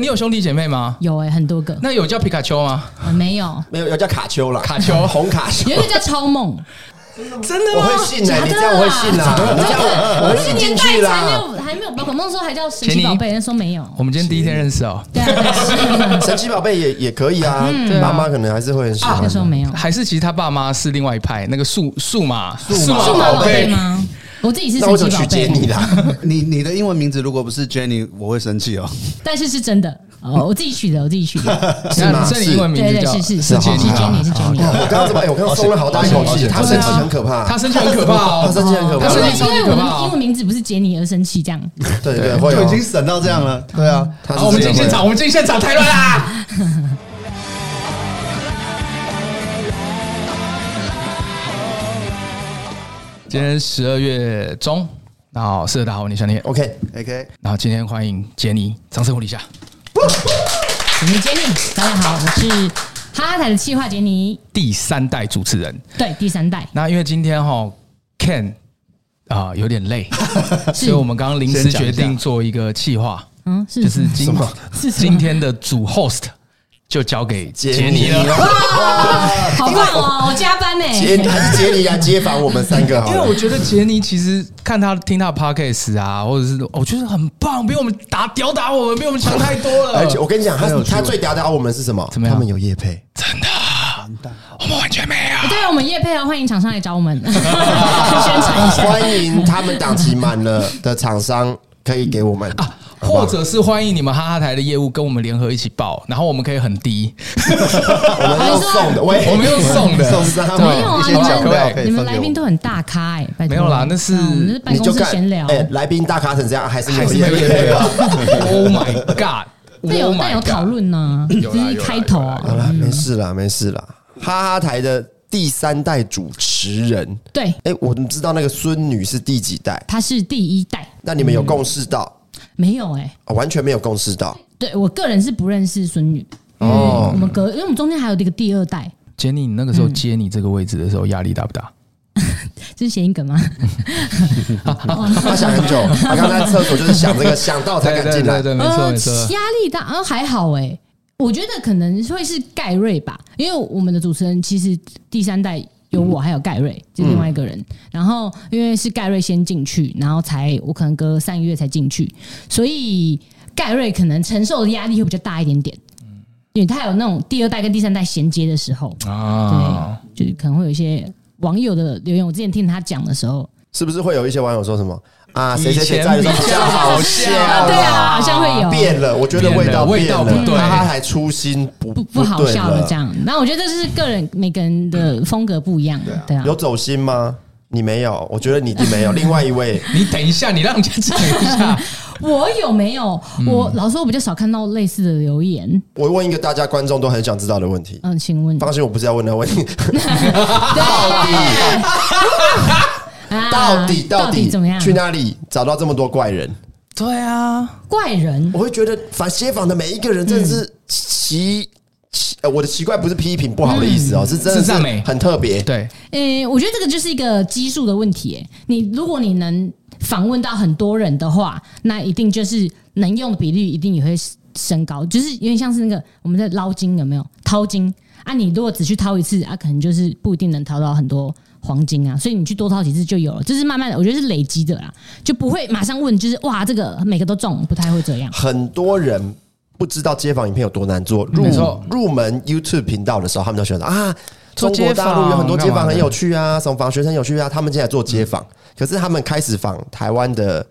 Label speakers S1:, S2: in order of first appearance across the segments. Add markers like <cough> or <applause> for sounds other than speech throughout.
S1: 你有兄弟姐妹吗？
S2: 有哎、很多个，
S1: 那有叫皮卡丘吗？
S2: 呃没有，
S3: 没有，要叫卡丘啦，
S1: 卡丘
S3: 红卡丘
S2: 有，一个叫超梦，
S1: 真的
S3: 我会信欸的，你这样我会信啦，你这样我我会
S2: 那个
S3: 信
S2: 年
S3: 进
S2: 代
S3: 去
S2: 才没
S3: 啦。
S2: 有，还没有宝可梦说还叫神
S1: 前
S2: 奇
S1: 一
S2: 宝贝，人家说没有，
S3: <laughs>
S1: 我们今天第一天认识哦，
S2: 对啊，对是
S3: 神奇宝贝也也可以啊，
S1: 对啊
S3: 妈妈可能还是会很喜
S2: 那
S3: 欢
S2: 个时。候没有。
S1: 还是其实他爸妈是另外一派，那个数数码
S3: 数码
S2: 数码宝
S3: 宝
S2: 贝
S3: 贝
S2: 吗？我自己是
S3: 那我
S2: 神
S3: 就
S2: 奇
S3: 去
S2: 宝
S3: 接你
S2: 贝，
S3: 啦。
S4: <laughs> 你你的英文名字如果不是 Jenny，我会生气哦。
S2: 但是是真的哦，我自己取的，我自己取
S3: <laughs>
S2: 的，
S1: 是
S3: 吗
S1: 这里英文名
S2: 对
S1: 字
S2: 对
S1: 叫
S2: 是是
S3: 是
S2: 是
S3: 啊
S2: Jenny 是 Jenny 是 Jenny，
S3: 我刚刚怎么？哎，我刚刚松了好大一口
S1: 好
S3: 气。
S1: 险
S3: 他生气很可怕，
S1: 他生气很可怕
S3: 他生
S1: 哦，
S3: 气很可怕
S1: 他。
S2: 因
S1: 生
S2: 为
S1: 气超级
S2: 因为
S1: 可
S2: 我
S1: 怕哦
S2: 的英文名字不是杰尼而生气这样，
S3: 对对，会
S4: 就已
S3: 有
S4: 经。省到这样了，对啊。
S3: 他
S1: 好，我
S3: 是
S1: 们
S3: 这
S1: 进
S3: 样
S1: 现
S3: 会
S1: 场，我们进现场太乱啦！ <laughs> 今天十二月中，然后四大家好，我是小念，
S3: OK，
S4: OK，
S1: 然后今天欢迎杰尼，掌声鼓励一下。
S2: 我是杰尼，大家好，我是哈哈台的气化杰尼，
S1: 第三代主持人。
S2: 对，第三代
S1: 那因为今天哈、Ken 啊、有点累，所以
S2: <laughs> 是
S1: 我们刚刚临时
S4: 先讲
S1: 决
S4: 一下
S1: 定做一个企划，
S2: 嗯是
S1: 就是今 <laughs>
S3: 什么
S2: 是什么
S1: 今天的主 host 就交给杰
S3: 杰
S1: 尼
S3: 尼 <laughs>
S1: 了。
S2: <laughs>
S3: 了，
S2: 哦好棒哦，我加班呢，
S3: 杰尼还是杰尼啊，接访我们三个好
S1: 因为
S3: 了
S1: 我。觉得杰尼其实看他听他的 podcast 啊，或者是我觉得很棒，比我们打屌打我们，比我们强太多了。
S3: <laughs> 而且我跟你讲，他
S4: 很有趣
S3: 他最屌的我们是什么？
S1: 怎么样
S3: 他们有叶配，
S1: 啊我们完全没有。
S2: 对，我们叶佩啊，欢迎厂商来找我 <laughs> 们宣传一 <laughs> 下。
S3: 欢迎他们档期满了的厂商可以给我们啊，好不好
S1: 或者是欢迎你们哈哈台的业务跟我们联合一起报，然后我们可以很低，
S3: 我们用送的，喂
S1: 我们用送的
S3: 送他
S1: 对
S2: 没
S3: 们
S2: 有啊，
S4: 一些奖
S2: 你
S4: 料可
S2: 们
S4: 以分
S2: 你们
S4: 给
S2: 来
S4: 我
S2: 宾都很大咖哎，拜托
S1: 没有啦那是
S2: 我们是办
S3: 你
S2: 公
S3: 就
S2: 室
S3: 看
S2: 闲聊，
S3: 哎，来宾大咖成这样，还是
S1: 还是
S3: 业
S1: 没有业配
S3: 配
S1: 啊？Oh my god！
S2: 但有
S1: Oh my
S2: 但有
S1: god
S2: 讨论呢，
S1: 有啦
S2: 这是一开头啊
S3: 好啦，
S1: 嗯
S3: 没事啦，没事啦。哈哈台的第三代主持人，
S2: 对，
S3: 哎，我们知道那个孙女是第几代？
S2: 他是第一代，
S3: 那你们有共识到？
S2: 没有哎，
S3: 啊完全没有共识到。
S2: 对我个人是不认识孙女，
S3: 哦
S2: 哦，我们隔，因为我们中间还有一个第二代，
S1: 杰尼，你那个时候接你这个位置的时候，压力大不大？
S2: 这是谐音梗吗？
S3: 他想很久，
S1: <laughs>
S3: 他刚才在厕所就是想这个，想到才敢进来。
S1: 对，没错
S2: 呃，
S1: 没错。
S2: 压力大，呃，还好哎、我觉得可能会是盖瑞吧，因为我们的主持人其实第三代有我，还有盖瑞，
S1: 嗯
S2: 就是另外一个人。然后因为是盖瑞先进去，然后才我可能隔三个月才进去，所以盖瑞可能承受的压力会比较大一点点。因为他有那种第二代跟第三代衔接的时候，
S1: 啊，
S2: 对，就是可能会有一些网友的留言。我之前听他讲的时候，
S3: 是不是会有一些网友说什么啊？谁谁
S1: 以
S3: 谁
S1: 前
S3: 在的时候
S1: 比
S3: 比
S1: 较
S3: 较
S1: 好
S3: 好
S1: 笑
S3: 笑
S1: 啦
S2: <laughs>
S3: 啦，
S2: 对啊，好像会有
S3: 变了，我觉得味
S1: 变了
S3: 道
S1: 味道
S3: 变了
S1: 不对
S3: 哈哈台初心不
S2: 不不好
S3: 对
S2: 笑了这样。那我觉得这是个人每个人的风格不一样，对啊
S3: 有。走心吗？你没有，我觉得你一
S2: <laughs>
S3: 定没有。另外一位，
S1: 你等一下，你让人家讲一下。
S2: 我有没有？我老实说，我比较少看到类似的留言。
S3: 我问一个大家观众都很想知道的问题。
S2: 嗯，请问
S3: 放心，我不是要问那问
S2: <laughs>
S3: 题，
S2: 啊
S3: 到底
S2: 到
S3: 底
S2: 怎么样？
S3: 去哪里找到这么多怪人？
S1: 对啊，
S2: 怪人
S3: 我会觉得反街访的每一个人真的
S2: 嗯
S3: 是奇奇，呃我的奇怪不是批评不好的意思
S2: 嗯
S3: 哦，是真的
S1: 是赞
S2: 欸
S1: 美
S3: 很特别。
S1: 对，
S2: 诶，我觉得这个就是一个基数的问题。诶，你如果你能访问到很多人的话，那一定就是能用的比率一定也会升高，就是有点像是那个我们在捞金有没有掏金啊？你如果只去掏一次啊，可能就是不一定能掏到很多黄金啊，所以你去多掏几次就有了，这是慢慢的，我觉得是累积的啦，就不会马上问就是哇这个每个都中，不太会这样。
S3: 很多人不知道街访影片有多难做，入
S1: 没错
S3: 入门 YouTube 频道的时候，他们都觉得啊，
S1: 做
S3: 中
S1: 街
S3: 国
S1: 访
S3: 大陆有很多街
S1: 干嘛
S3: 访
S1: 的
S3: 很有趣啊，什么访学生有趣啊，他们现在做街访，可是他们开始访台湾的。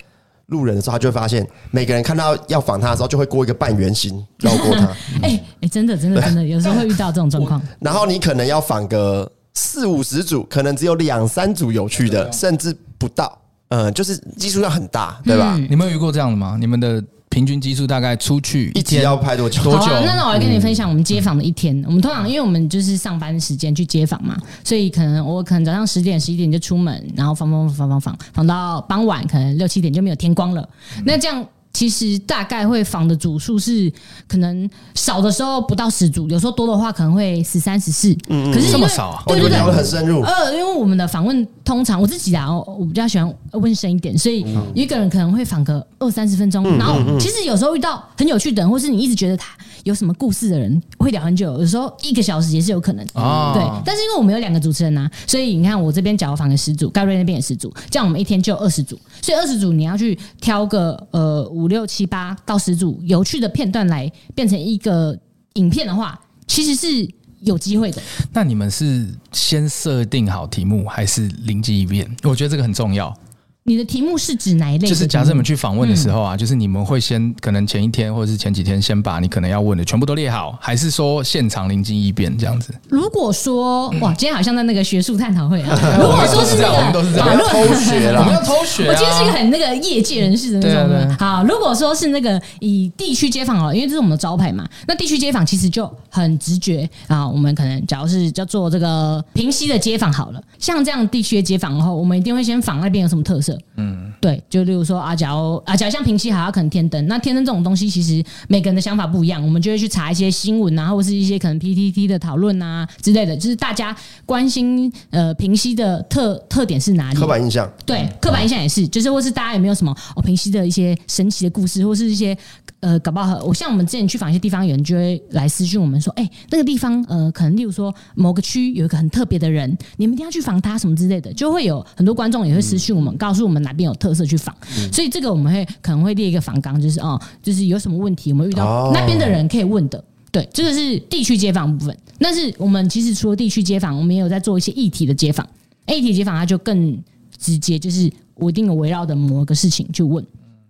S3: 路人的时候，他就会发现，每个人看到要访他的时候，就会过一个半圆形绕过他，
S2: 哎、哎、真的真的真的，有时候会遇到这种状况。
S3: 然后你可能要访个四五十组，可能只有两三组有趣呃的，甚至不到。嗯，就是基数要很大，对吧？
S1: 你们有遇过这样的吗？你们的平均基数大概出去
S3: 一集
S1: 天
S3: 要拍多久？
S1: 多久
S2: 好、啊，那那我来跟你分享我们街访的一天。我们通常因为我们就是上班时间去街访嘛，所以可能我可能早上十点十一点就出门，然后访访访访访访到傍晚，可能六七点就没有天光了。那这样。其实大概会访的组数是可能少的时候不到十组，有时候多的话可能会十三、十四。嗯可是因为
S1: 这么少啊
S3: 哦
S2: 对
S3: 你
S2: 对
S3: 们
S2: 对，
S3: 聊得很深入，
S2: 呃，因为我们的访问通常我自己啊，我我比较喜欢问深一点，所以有一个人可能会访个二三十分钟。然后其实有时候遇到很有趣的人，或是你一直觉得他有什么故事的人，会聊很久，有时候一个小时也是有可能。
S1: 哦
S2: 对，但是因为我们有两个主持人啊，所以你看我这边假如访个十组，盖瑞那边也十组，这样我们一天就二十组，所以二十组你要去挑个呃五六七八到十组有趣的片段来变成一个影片的话，其实是有机会的。
S1: 那你们是先设定好题目，还是灵机一变？我觉得这个很重要。
S2: 你的题目是指哪一类的题目？
S1: 就是假设你们去访问的时候啊，就是你们会先可能前一天或者是前几天先把你可能要问的全部都列好，还是说现场灵机一变这样子？
S2: 如果说哇，今天好像在那个学术探讨会
S1: <laughs>
S2: 啊。如果说是那个，
S1: 我们哦都是这样
S2: 啊
S1: 我们
S2: 如果
S3: 不要偷学
S1: 我们要
S3: 啦。
S1: 偷学、啊。
S2: 我今天是一个很那个业界人士的那
S1: 对啊
S2: 种
S1: 对啊
S2: 人。好，如果说是那个以地区街访哦，因为这是我们的招牌嘛，那地区街访其实就很直觉啊。我们可能假如是叫做这个平西的街访好了，像这样地区的街访的话，我们一定会先访那边有什么特色。嗯，对，就例如说啊，假如啊，假如像平西好，它可能天灯，那天灯这种东西其实每个人的想法不一样，我们就会去查一些新闻啊，或是一些可能 PTT 的讨论啊之类的，就是大家关心呃平西的特特点是哪里？啊
S3: 刻板印象，
S2: 对，刻板印象也是，就是或是大家有没有什么哦平息的一些神奇的故事，或是一些呃，搞不好我像我们之前去访一些地方，有人就会来私讯我们说，哎、那个地方呃，可能例如说某个区有一个很特别的人，你们一定要去访他什么之类的，就会有很多观众也会私讯我们，告诉我们哪边有特色去访，所以这个我们会可能会列一个访纲，就是哦，就是有什么问题我们遇
S3: 哦
S2: 到那边的人可以问的。对，这个是地区街访部分。但是我们其实除了地区街访，我们也有在做一些议题的街访。哎议题街访它就更直接，就是我一定有围绕的某个事情去问。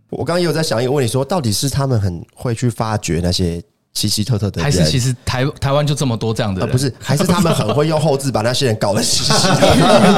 S3: 我刚刚也有在想一个问题，说到底是他们很会去发掘那些奇奇特特的人，
S1: 还是其实台台湾就这么多这样的
S3: 啊
S1: 人，<laughs>
S3: 不是，还是他们很会用后置把那些人搞得稀奇。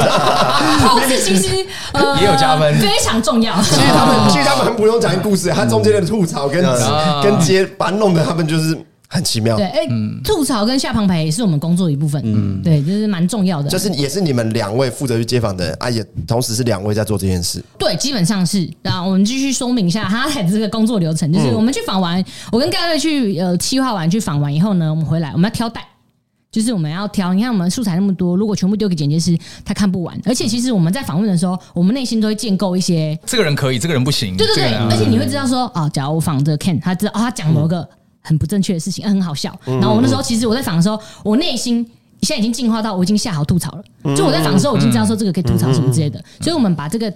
S2: 后置啊其实呃
S1: 也有加分
S2: 非常重要。
S3: 其实他们其实他们很不用讲故事，他中间的吐
S1: <laughs>
S3: 槽跟
S1: 嗯
S3: 跟接把他弄得他们就是很奇妙
S2: 对，。哎、
S3: 嗯
S2: 吐槽跟下旁白也是我们工作的一部分，嗯，对，就是蛮重要的。
S3: 就是也是你们两位负责去街访的人啊，也同时是两位在做这件事。
S2: 对，基本上是。然后我们继续说明一下他的这个工作流程，就是
S3: 嗯
S2: 我们去访完，我跟盖瑞去呃企划完去访完以后呢，我们回来我们要挑带。就是我们要挑，你看我们素材那么多，如果全部丢给剪接师，他看不完。而且其实我们在访问的时候，我们内心都会建构一些，
S1: 这个人可以，这个人不行。
S2: 对对
S1: 这个
S2: 对
S1: 人，嗯啊
S2: 而且你会知道说，哦，假如我访这个 Ken，他知道哦，他讲某个很不正确的事情，呃很好笑。
S1: 嗯
S2: 然后我那时候其实我在访的时候，我内心现在已经进化到我已经下好吐槽
S1: 嗯
S2: 了，就我在访的时候我已经知道说这个可以吐槽什么之类的，所以我们把这个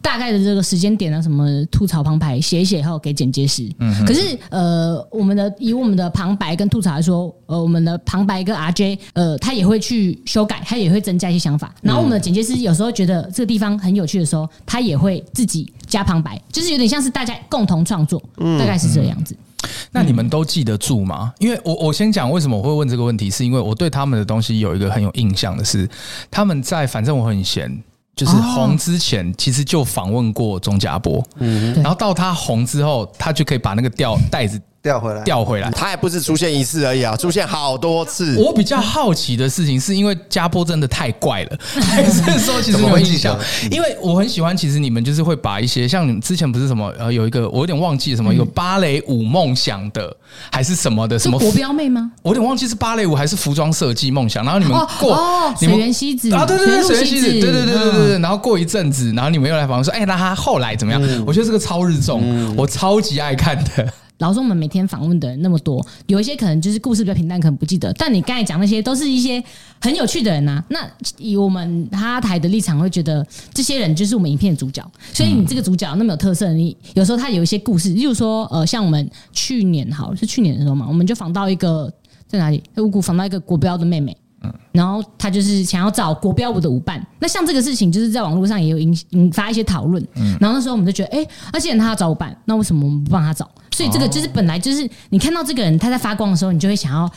S2: 大概的这个时间点啊，什么吐槽旁白写一写以后给剪接师。可是呃，我们的以我们的旁白跟吐槽来说，呃，我们的旁白跟 RJ，呃，他也会去修改，他也会增加一些想法。然后我们的剪接师有时候觉得这个地方很有趣的时候，他也会自己加旁白，就是有点像是大家共同创作，大概是这样子。
S1: 那你们都记得住吗？因为我我先讲为什么我会问这个问题，是因为我对他们的东西有一个很有印象的是，他们在反正我很闲。就是
S2: 哦
S1: 红之前，其实就访问过钟家波，
S2: 对
S1: 然后到他红之后，他就可以把那个
S2: <laughs>
S1: 吊带子
S4: 调回来，
S1: 调回来。
S3: 他还不是出现一次而已啊，出现好多次。
S1: 我比较好奇的事情，是因为家波真的太怪
S2: <laughs>
S1: 了，还是说其实没有印象？因为我很喜欢，其实你们就是会把一些像你们之前不是什么呃有一个我有点忘记什么有芭蕾舞梦想的还是什么的什
S2: 是
S1: 么
S2: 国标妹吗？
S1: 我有点忘记是芭蕾舞还是服装设计梦想，然后你们
S2: 哦
S1: 过，
S2: 哦
S1: 你们
S2: 水原希子
S1: 啊，对对对，水
S2: 水
S1: 原
S2: 原
S1: 希
S2: 希
S1: 子，
S2: 子
S1: 对对对对对
S2: 嗯
S1: 对，然后过一阵子，然后你们又来访问说，哎，那他后来怎么样？我觉得这个超日
S2: 嗯
S1: 中，我超级爱看的，
S2: 老实说，我们每天访问的人那么多，有一些可能就是故事比较平淡，可能不记得。但你刚才讲那些，都是一些很有趣的人呐、那以我们哈台的立场，会觉得这些人就是我们影片的主角。所以你这个主角那么有特色，你有时候他有一些故事，例如说，呃，像我们去年好了是去年的时候嘛，我们就访到一个在哪里，在五谷访到一个国标的妹妹。然后他就是想要找国标舞的舞伴。那像这个事情，就是在网络上也有引引发一些讨论。
S4: 嗯
S2: 然后那时候我们就觉得，哎，而且他要找舞伴，那为什
S4: 哦
S2: 么我们不帮他找？所以这个就是本来就是你看到这个人他在发光的时候，你就会想要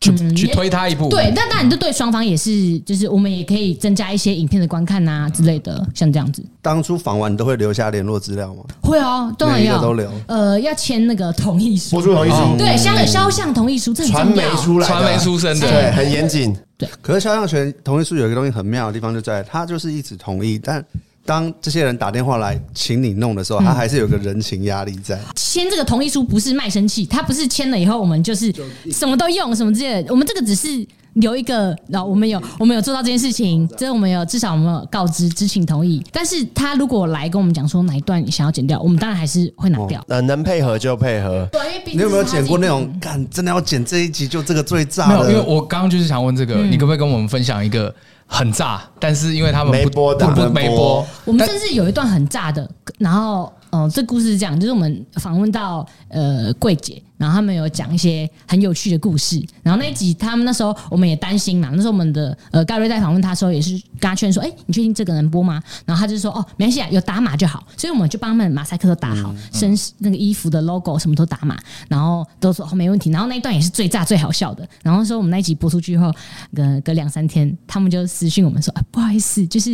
S1: 去 <laughs>
S2: 嗯
S1: 去推他一步。
S2: 对，但当然这对双方也是，就是我们也可以增加一些影片的观看啊之类的，像这样子。
S4: 当初访完你都会留下联络资料吗？
S2: 会哦，当然
S4: 每一个
S2: 要
S4: 都留
S2: 呃，要签那个同意书
S3: 播，出同意书，
S2: 对，像肖像同意书，这很
S3: 传
S2: 重
S3: 媒
S2: 要。
S3: 出来
S1: 哦
S3: 的，啊
S1: 传媒出身的
S3: 对，很严谨。
S4: 可是肖像权同意书有一个东西很妙的地方，就在他就是一直同意，但当这些人打电话来请你弄的时候，
S3: 嗯
S4: 他还是有个人情压力在。
S1: 嗯
S2: 签这个同意书不是卖身契，他不是签了以后我们就是什么都用什么之类的，我们这个只是留一啊个，然后我们有我们有做到这件事情，这我们有至少我们有告知知情同意。但是他如果来跟我们讲说哪一段想要剪掉，我们当然还是会拿掉。
S3: 呃，能配合就配合。
S2: 对，因为毕竟
S4: 你有没有
S2: 是他自己
S4: 剪过那种干真的要剪这一集就这个最炸
S1: 嗯没有，
S4: 的？
S1: 因为我刚刚就是想问这
S2: 嗯
S1: 个，你可不可以跟我们分享一个很炸，但是因为他们
S3: 没
S1: 不
S3: 播的
S1: 不不
S3: 没
S1: 没
S3: 播
S1: 播，
S2: 我们甚至有一段很炸的，然后呃，这故事是这样，就是我们访问到呃柜姐，然后他们有讲一些很有趣的故事，然后那一集他们那时候我们也担心嘛，那时候我们的呃盖瑞在访问他的时候也是跟他劝说，哎、你确定这个能播吗？然后他就说哦，没关系啊，有打码就好，所以我们就帮他们马赛克都打
S1: 嗯
S2: 好，身那个衣服的 logo 什么都打码，然后都说哦没问题，然后那一段也是最炸最好笑的，然后说我们那一集播出去后，隔隔两三天，他们就私讯我们说、啊，不好意思，就是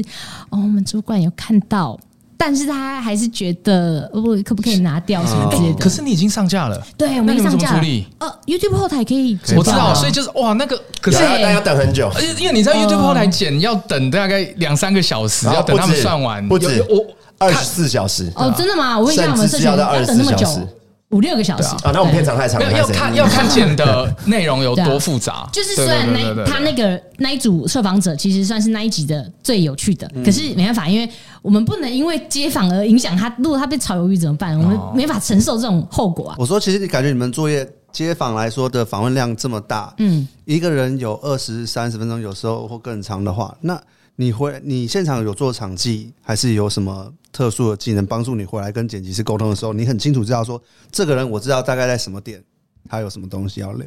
S2: 哦，我们主管有看到，但是他还是觉得我可不可以拿掉什么之类的。
S1: 哎哦可是你已经上架了，
S2: 对，我
S1: 那
S2: 们
S1: 你
S2: 一
S1: 们怎
S2: 上
S1: 么
S2: 架
S1: 处理？
S2: 呃，YouTube 后台可以剪
S1: 我知道，
S2: 吧
S1: 所以就是哇，那个可
S3: 可
S1: 是
S3: 是啊但要等很久，
S1: 而且因为你知道
S2: 嗯
S1: YouTube 后台剪要等大概两三个小时，
S3: 然后
S1: 要等他们
S3: 不止
S1: 算完，
S3: 不止
S1: 有有我
S3: 二十四小时
S2: 哦，真的吗？我问一下我们社群
S3: 甚至要到
S2: 等那么久哦
S3: 24小时，
S2: 五六个小时
S1: 对啊
S3: 啊。那我们片长太长
S1: 没有
S3: 了，
S1: 要
S3: 拍谁
S1: 看要看剪的内容有多复杂，
S2: <laughs> 啊就是虽然
S1: 对对对
S2: 那
S1: 对对
S2: 他那个那一组受访者其实算是那一集的最有趣的，
S1: 嗯
S2: 可是没办法，因为我们不能因为街访而影响他。如果他被炒鱿鱼怎么办？我们
S1: 哦
S2: 没法承受这种后果啊。
S4: 我说，其实感觉你们作业街访来说的访问量这么大，
S2: 嗯，
S4: 一个人有二十三十分钟，有时候或更长的话，那你回你现场有做场记，还是有什么特殊的技能帮助你回来跟剪辑师沟通的时候，你很清楚知道说这个人我知道大概在什么点，他有什么东西要留。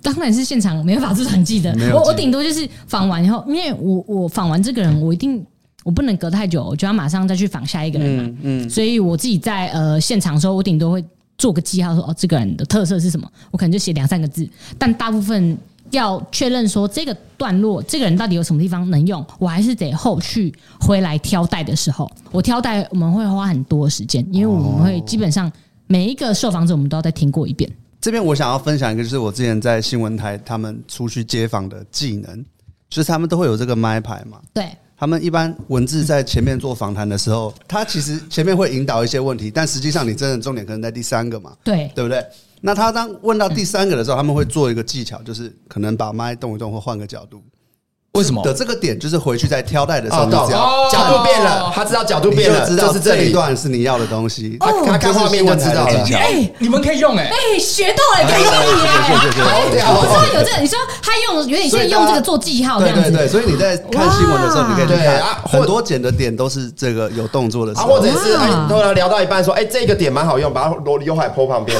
S2: 当然是现场没有法做场记的
S4: 没，有
S2: 我我
S4: 记
S2: 顶多就是访完以后，因为我我访完这个人，我一定我不能隔太久，我就要马上再去访下一个人嘛，
S4: 嗯嗯，
S2: 所以我自己在呃现场的时候，我顶多会做个记号说哦，这个人的特色是什么，我可能就写两三个字，但大部分要确认说这个段落这个人到底有什么地方能用，我还是得后续回来挑带的时候，我挑带我们会花很多时间，因为我们会基本上每一个受访者我们都要再听过一遍。
S4: 这边我想要分享一个，就是我之前在新闻台他们出去街访的技能，就是他们都会有这个麦牌嘛。
S2: 对，
S4: 他们一般文字在前面做访谈的时候，他其实前面会引导一些问题，但实际上你真的重点可能在第三个嘛，
S2: 对，
S4: 对不对？那他当问到第三个的时候，他们会做一个技巧，就是可能把麦动一动或换个角度
S1: 为什么
S4: 的这个点，就是回去在挑带的时候，
S3: 哦，
S4: 你
S3: 懂
S4: 只要
S1: 哦
S3: 角度变了，他知道角度
S4: 你
S3: 变
S4: 就
S3: 了，
S4: 知
S3: 就
S4: 道
S3: 是
S4: 这
S3: 这
S4: 一
S3: 一段。
S4: 段是哦你要的东西。
S3: 他他看画面就知道
S4: 这是新闻台的
S3: 了
S4: 技。巧
S1: 哎，你们可以用哎，
S2: 哎、学到了，可以用
S4: 对对对
S3: 啊
S4: 对
S2: 哎
S4: 对对
S2: 我知道有这个，你说他用有点像用这个做记号这
S4: 对
S2: 样
S4: 对对，
S2: 子，
S4: 所以你在看新闻的时候，你可以去
S3: 哇对
S4: 看
S3: 啊
S4: 很多剪的点都是这个有动作的时
S3: 啊，
S4: 候，
S3: 或者是
S2: 哇
S3: 哎，突然聊到一半说，哎，这个点蛮好用，把它罗刘海泼
S1: <laughs>
S3: 旁边。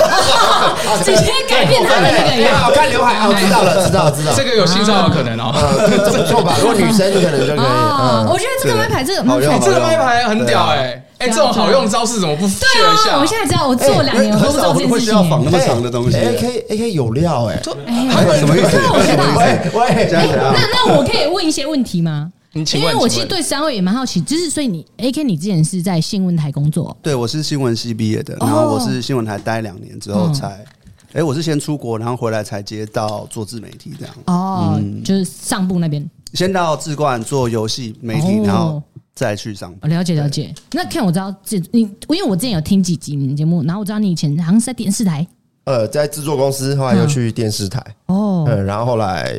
S2: 直接改变他的那个
S3: 哎
S2: 样
S3: 好看刘海，啊我知道
S4: <laughs>
S3: 了，知道了知道了。
S1: 这个有性骚扰可能哦。
S3: 呃，这这不错吧？如果女生可能就可以。
S2: 哦，我
S3: 嗯，
S2: 觉得这个麦牌这个蛮
S4: 好用
S1: 哎
S2: 好啊
S1: 这个麦牌很屌哎，哎，这种好用的招式怎么不
S2: 对
S1: share 一
S2: 啊，
S1: 下
S2: 我？现在知道我做两
S4: 因为
S2: 年我都不
S4: 哎很
S2: 知
S4: 少
S2: 道这件
S4: 会
S2: 事
S4: 需
S2: 情
S4: 要仿
S2: 欸。
S4: 那么长的东西。
S1: 哎
S3: A K A K 有料哎。
S2: 哎呀
S4: 什么意
S3: <laughs>
S4: 思
S2: 那我
S4: <laughs>
S2: 知道。
S4: 哎
S3: 喂喂，
S4: 这样子啊
S2: 那那我可以问一些问题吗？
S1: 你请
S2: 因
S1: 问
S2: 为我其实
S1: 请问
S2: 对三位也蛮好奇，就是所以你 A K 你之前是在新闻台工作，
S4: 对，我是新闻系毕业的，然后我是新闻台待两年之后才，
S2: 嗯
S4: 哎、我是先出国，然后回来才接到做自媒体这样，
S2: 哦，就是上部那边，
S4: 先到志冠做游戏媒体，
S2: 哦
S4: 然后再去上班。
S2: 哦了解了解。那 Ken 我知道这你，因为我之前有听几集你的节目，然后我知道你以前好像是在电视台
S3: 呃，在制作公司，后来又去电视台，
S2: 哦，
S3: 嗯，然后后来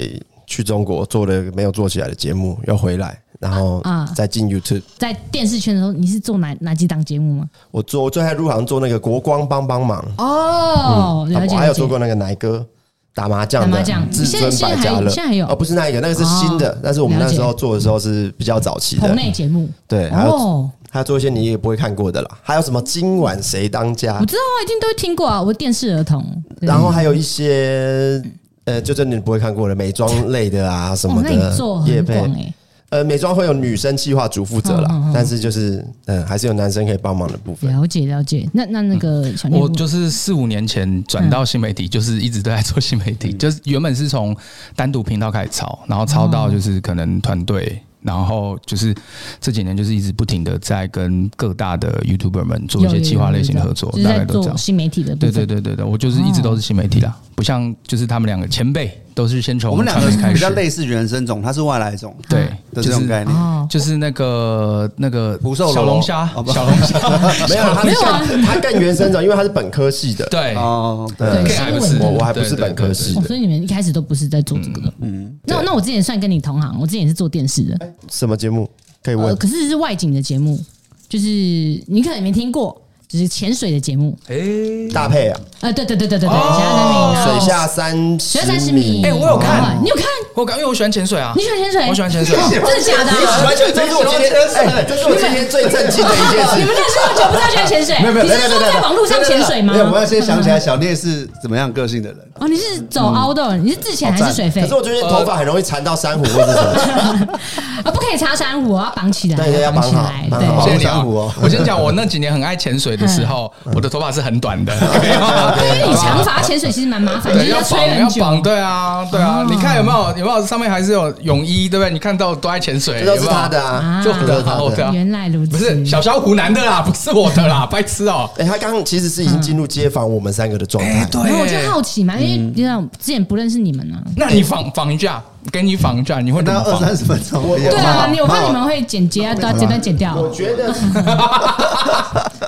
S3: 去中国做了没有做起来的节目，又回来，然后
S2: 啊啊
S3: 再进 YouTube。
S2: 在电视圈的时候，你是做哪哪几档节目吗？
S3: 我做我最爱入行做那个国光帮帮忙，
S2: 哦，了解
S3: 啊嗯我还有
S2: 了
S3: 做
S2: 解。
S3: 过那个奶哥打麻将
S2: 打
S3: 的，
S2: 麻将
S3: 至
S2: 现
S3: 尊
S2: 在
S3: 百
S2: 现在
S3: 家
S2: 还有
S3: 乐，
S2: 现在还有
S3: 哦，不是那一个，那个是新的
S2: 哦，
S3: 但是我们
S2: 了
S3: 那
S2: 解
S3: 时候做的时候是比较早期
S2: 棚
S3: 的，
S2: 内节目，
S3: 对，还有
S2: 哦，
S3: 还有做一些你也不会看过的啦，还有什么今晚谁当家
S2: 我，知道啊，一定都会听过啊，我电视儿童。对
S3: 然后还有一些。呃，就真的你不会看过的美妆类的啊，什
S2: 哦
S3: 么，
S2: 那你做
S3: 的
S2: 很
S3: 业配
S2: 广，哎，
S3: 呃，美妆会有女生企划主负责
S2: 嗯嗯
S3: 啦
S2: 嗯，
S3: 但是就是嗯，还是有男生可以帮忙的部分。
S2: 欸了解了解。那那那个小念
S1: 我
S2: 部
S1: 就是四五年前转到新
S2: 嗯
S1: 媒体，就是一直都在做新媒体，就是原本是从单独频道开始抄，然后抄到就是可能团队。然后就是这几年就是一直不停的在跟各大的 YouTuber 们做一
S2: 有
S1: 些
S2: 有
S1: 企划
S2: 有
S1: 类型的
S2: 有
S1: 合作，
S2: 就是
S1: 大概
S2: 在
S1: 都这
S2: 做
S1: 样。
S2: 新媒体哦的部
S1: 对
S2: 分。
S1: 对对对对，我就是一直都是新媒体啦，不像就是他们两个前辈都是先从
S4: 我们两
S1: 传媒
S4: 个
S1: 开
S4: 比较
S1: 始，
S4: 类似原生种，它是外来种
S1: 对，
S4: 的
S1: 就
S4: 这种
S1: 是
S4: 概念。
S2: 哦，
S1: 就是那个那个
S4: 福寿螺
S1: 小龙虾
S4: 哦，不
S1: 小龙虾，
S3: 没有，他
S2: 没有
S3: 是
S2: 啊
S3: 更他更原生种，因为他是本科系的。
S1: 嗯对，
S4: 哦，对，
S3: 呃
S2: 对
S1: 还不
S2: 新
S1: 是
S2: 闻
S3: 我我还不是本科系
S2: 哦，
S3: 的，
S2: 所以你们一开始都不是在做这个的。嗯，那那我之前算跟你同行，我之前也是做电视的，
S3: 什么节目可以问
S2: 呃，？可是是外景的节目，就是你可能没听过，就是潜水的节目。
S3: 搭配啊，
S2: 啊，对对对对对对，想要跟你
S3: 水下三
S2: 水下三十
S3: 十
S2: 米，
S3: 米。
S1: 哎我有看
S2: 哇，你有看？
S1: 我刚因为我喜欢潜水啊
S2: 你，喜欢潜水？
S1: 我喜欢潜水
S2: 哦 <laughs> 真的假的？
S3: 这是我今天，哎，这是我今天最震惊的一件
S2: 你
S3: 事。
S2: 们认识多久？不知道喜欢潜水？
S4: 没有没有，
S2: 你
S4: 等
S2: 是说
S4: 等等
S2: 在
S4: 等
S2: 网络上
S4: 等等
S2: 潜水吗？
S4: 没有，我要先想起来小聂是怎么样个性的人。
S2: 哦，你是走 outdoor，你是
S4: 嗯
S2: 自潜 <laughs> 还是水肺？
S4: 哦
S3: 可是我觉得头发很容易缠到珊瑚或者什么，
S2: 啊，不可以插珊瑚，我要绑起来，
S3: 对对要绑
S2: 起
S3: 好
S2: 来，
S3: 绑
S1: 我
S3: 好
S2: 对。
S1: 先
S4: 珊
S1: 讲，
S4: 瑚哦
S1: 我先讲，我那几年很爱潜水的时候，我的头发是很短的，可以吗
S2: 因为你长发潜水其实蛮麻烦，就
S1: 对，
S2: 是
S1: 要
S2: 吹
S1: 绑
S2: 很
S1: 要
S2: 久。
S1: 绑，对啊，对啊，你看有没有有没有上面还是有泳衣，对不对？你看到都爱潜水，
S3: <laughs> 这都是
S1: 有没有
S3: 他的啊。
S1: 就我的啊，我的啊，
S2: 原来如此，
S1: 不是小小湖南的啦，不是我的啦，白痴哦。
S3: 哎，他刚刚其实是已经进入街访我们三个的状态。
S1: 对
S2: 然后我就好奇嘛，因
S4: 嗯
S2: 为你知道之前不认识你们啊。
S1: 那你仿仿一下，给你仿一下，你会怎
S4: 那
S1: 么
S4: 二
S1: 仿
S4: 三？十分钟，
S2: 对啊，你我
S4: 蛮
S2: 怕
S4: 好
S2: 你们会剪接啊，都要
S4: 好
S2: 剪断剪掉。
S3: 我觉得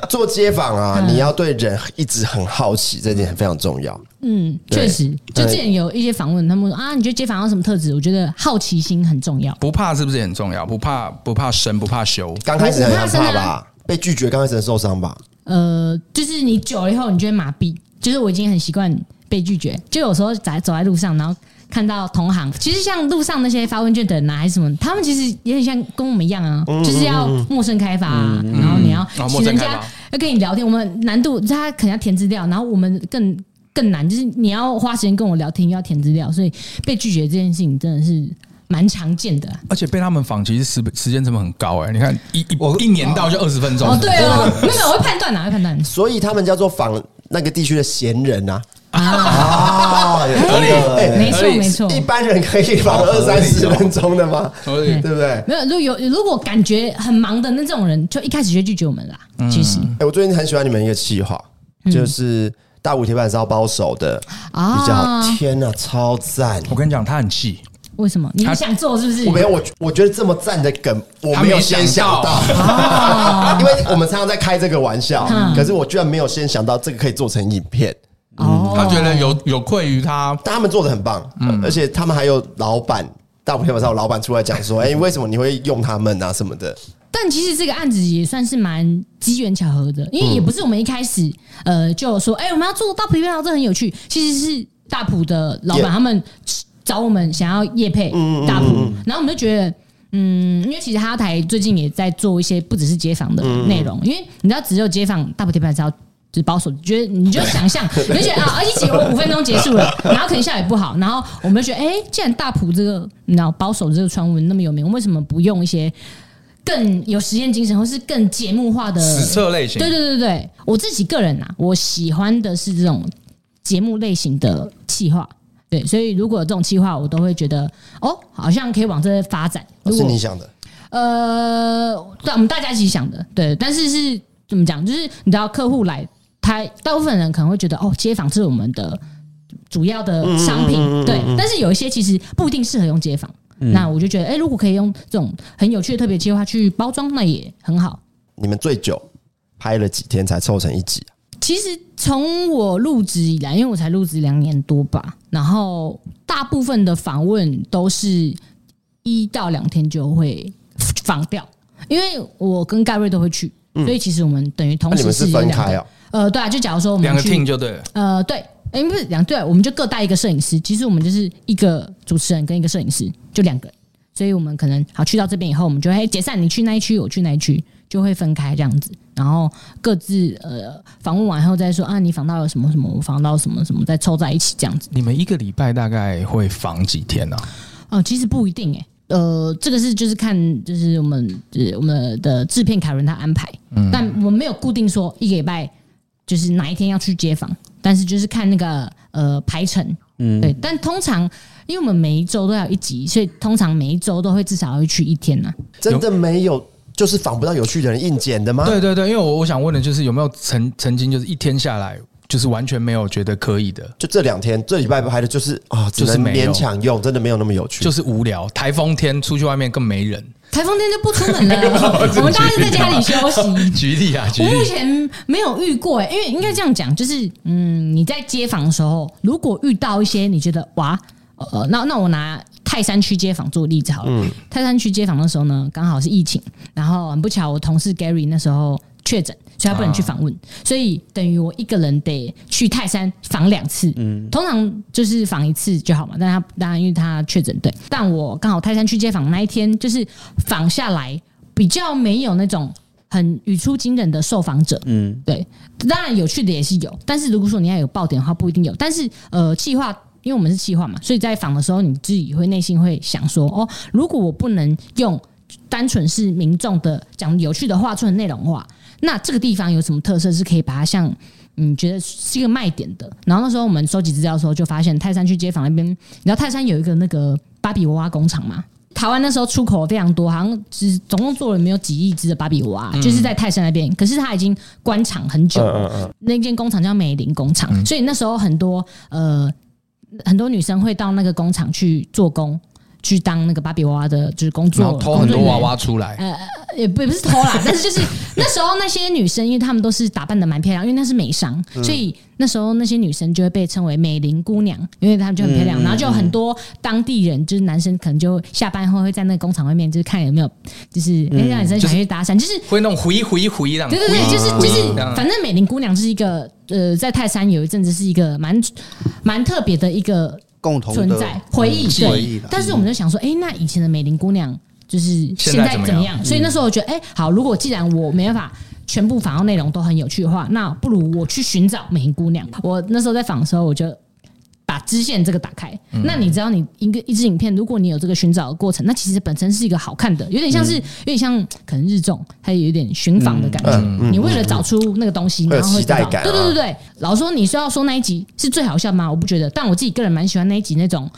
S3: 做街访啊，你要对人一直很好奇，这点非常重要。
S2: 嗯，确
S3: 对
S2: 实，就
S3: 对
S2: 之前有一些访问，他们说啊，你觉得街访要什么特质？我觉得好奇心很重要。
S1: 不怕是不是也很重要？不怕不怕生，不怕羞。
S3: 刚开始很害
S2: 我怕
S3: 怕
S2: 生
S3: 吧
S2: 啊，
S3: 被拒绝，刚开始很受伤吧。
S2: 呃，就是你久了以后，你就会麻痹。就是我已经很习惯被拒绝，就有时候在走在路上，然后看到同行，其实像路上那些发问卷的人啊，还是什么，他们其实也很像跟我们一样啊，
S1: 嗯
S2: 就是要陌生开发、啊，然后你要
S1: 嗯啊陌
S2: 请
S1: 生
S2: 人
S1: 开
S2: 家
S1: 发
S2: 要跟你聊天，我们难度他可能要填资料，然后我们更。更难就是你要花时间跟我聊天，又要填资料，所以被拒绝这件事情真的是蛮常见的啊、
S1: 而且被他们仿，其实时时间成本很高哎、你看一
S4: 我
S1: 一一年到就二十分钟
S2: 哦，对哦，没有，我会判断哪会判断
S3: 啊所以他们叫做访那个地区的闲人啊。
S2: 啊，
S3: 啊，
S1: 合理
S3: 哎
S2: 没错
S1: 合理
S2: 没错，
S3: 一般人可以访二三十分钟的吗？
S1: 哦合理
S3: 对不对？哎
S2: 没有，如果有如果感觉很忙的那种人，就一开始就拒绝我们啦。其实
S3: 哎，我最近很喜欢你们一个企划，就是大五铁板烧包手的
S2: 嗯啊，
S3: 比较，天哪，超赞！
S1: 我跟你讲，他很气，
S2: 为什么你们想做是不是？
S3: 我没有，我我觉得这么赞的梗，我
S1: 他
S3: 没有
S1: 没
S3: 先
S1: 想到
S3: 想到， <laughs> 因为我们常常在开这个玩笑
S2: 啊嗯，
S3: 可是我居然没有先想到这个可以做成影片。
S2: 哦，
S1: 他觉得有有愧于他。
S3: 但他们做的很棒，
S1: 嗯
S3: 而且他们还有老板，大部分晚上有老板出来讲说，哎、为什么你会用他们啊什么的？
S2: 但其实这个案子也算是蛮机缘巧合的，因
S3: 嗯
S2: 为也不是我们一开始呃就有说，哎、我们要做大埔夜配，这很有趣。其实是大埔的老板
S3: 也
S2: 他们找我们想要夜配
S3: 嗯
S2: 大埔，然后我们就觉得。嗯，因为其实哈台最近也在做一些不只是街访的内容，因为你知道只有街访大埔铁板烧就是保守，觉得你就想象，你就觉得啊，一集我五分钟结束了，然后可能效果也不好，然后我们就觉得，哎、既然大埔这个你知道保守这个传闻那么有名，为什么不用一些更有实验精神，或是更节目化的
S1: 史册类型
S2: 对对对对，我自己个人啊，我喜欢的是这种节目类型的企划。对，所以如果有这种企划，我都会觉得哦，好像可以往这发展。如
S3: 是
S2: 果
S3: 你想的，
S2: 呃，对，我们大家一起想的，对，但是是怎么讲？就是你知道，客户来，他大部分人可能会觉得哦，街访是我们的主要的商品，对，但是有一些其实不一定适合用街访。那我就觉得，哎、如果可以用这种很有趣的特别计划去包装，那也很好。
S3: 你们最久拍了几天才凑成一集？啊
S2: 其实从我入职以来，因为我才入职两年多吧，然后大部分的访问都是一到两天就会访掉，因为我跟盖瑞都会去，所以其实我们等于
S3: 那、
S2: 同
S3: 你
S2: 时
S3: 们是
S2: 是有
S3: 分
S2: 两
S3: 开
S2: 个
S3: 哦、
S2: 呃，对啊，就假如说我们
S1: 两个
S2: 去
S1: team 就对了，
S2: 呃，对，哎、不是两对，我们就各带一个摄影师。其实我们就是一个主持人跟一个摄影师，就两个人。所以我们可能好去到这边以后，我们就会、哎解散，你去那一区，我去那一区，就会分开这样子，然后各自呃访问完后再说啊，你访到了什么什么，我访到什么什么，再凑在一起这样子。
S1: 你们一个礼拜大概会仿几天呢、啊？
S2: 哦、其实不一定哎、呃，这个是就是看就是我们呃我们的制片凯伦他安排，但我们没有固定说一个礼拜就是哪一天要去街访，但是就是看那个呃排程，嗯，对。但通常因为我们每一周都要一集，所以通常每一周都会至少要去一天啊呐、
S3: 真的没有，就是访不到有趣的人硬剪的吗？
S1: 对对对，因为我我想问的就是有没有曾曾经就是一天下来就是完全没有觉得可以的，
S3: 就这两天，这礼拜拍的就是啊，只
S1: 就是
S3: 能
S1: 没有
S3: 勉强用，真的没有那么有趣。
S1: 就是无聊，台风天出去外面更没人。
S2: 台风天就不出门了，我们大家就在家里休息。
S1: <laughs> 举例啊，举
S2: 我目
S1: 例，
S2: 前没有遇过、欸，因为应该这样讲，就是嗯，你在街访的时候，如果遇到一些你觉得哇，呃，那那我拿泰山区街访做例子好了。泰山区街访的时候呢，刚好是疫情，然后很不巧，我同事 Gary 那时候确诊，所以他不能去访问，所以等于我一个人得去泰山访两次。通常就是访一次就好嘛，但他当然因为他确诊对，但我刚好泰山区街访那一天，就是访下来比较没有那种。很语出惊人的受访者，
S4: 嗯，
S2: 对，当然有趣的也是有，但是如果说你要有爆点的话，不一定有。但是呃，企划，因为我们是企划嘛，所以在访的时候，你自己会内心会想说，哦，如果我不能用单纯是民众的讲有趣的话出的内容的话，那这个地方有什么特色是可以把它像。嗯，觉得是一个卖点的。然后那时候我们收集资料的时候，就发现泰山区街坊那边，你知道泰山有一个那个芭比娃娃工厂吗？台湾那时候出口非常多，好像只总共做了没有几亿只的芭比娃，
S1: 嗯
S2: 娃，就是在泰山那边。可是它已经关厂很久了，
S1: 嗯
S2: 那间工厂叫美林工厂，所以那时候很多呃很多女生会到那个工厂去做工，去当那个芭比娃娃的，就是工
S1: 然
S2: 作
S1: 后偷很多
S2: 工作人员
S1: 娃娃出来，
S2: 也不也不是偷 <laughs> 啦，但是就是那时候那些女生，因为她们都是打扮的蛮漂亮，因为那是美商，所以那时候那些女生就会被称为美龄姑娘，因为她们就很漂亮。然后就有很多当地人，就是男生可能就下班后会在那个工厂外面，就是看有没有就是嗯哎让女生想去搭讪，就是
S1: 会那种回回回这样，
S2: 对对对，
S1: 回
S2: 就是就是
S1: 这，样
S2: 反正美龄姑娘是一个呃，在泰山有一阵子是一个蛮蛮特别的一个
S4: 共同
S2: 存
S4: 的
S2: 在回忆，
S4: 嗯回忆
S2: 对
S4: 啦。
S2: 但是我们就想说，哎、那以前的美玲姑娘就是
S1: 现
S2: 现
S1: 在
S2: 在
S1: 怎么
S2: 怎么
S1: 样
S2: 样？所以那时候我觉得，哎、好，如果既然我没办法。全部访到内容都很有趣的话，那不如我去寻找美玲姑娘。我那时候在访的时候，我就把支线这个打开。那你知道，你一个一支影片，如果你有这个寻找的过程，那其实本身是一个好看的，有点像是、有点像可能日综，它有一点寻访的感觉。你为了找出那个东西，
S3: 会有
S2: 然后会
S3: 期待
S2: 知道
S3: 感啊
S2: 对对对对，老实说你是要说那一集是最好笑吗？我不觉得，但我自己个人蛮喜欢那一集那种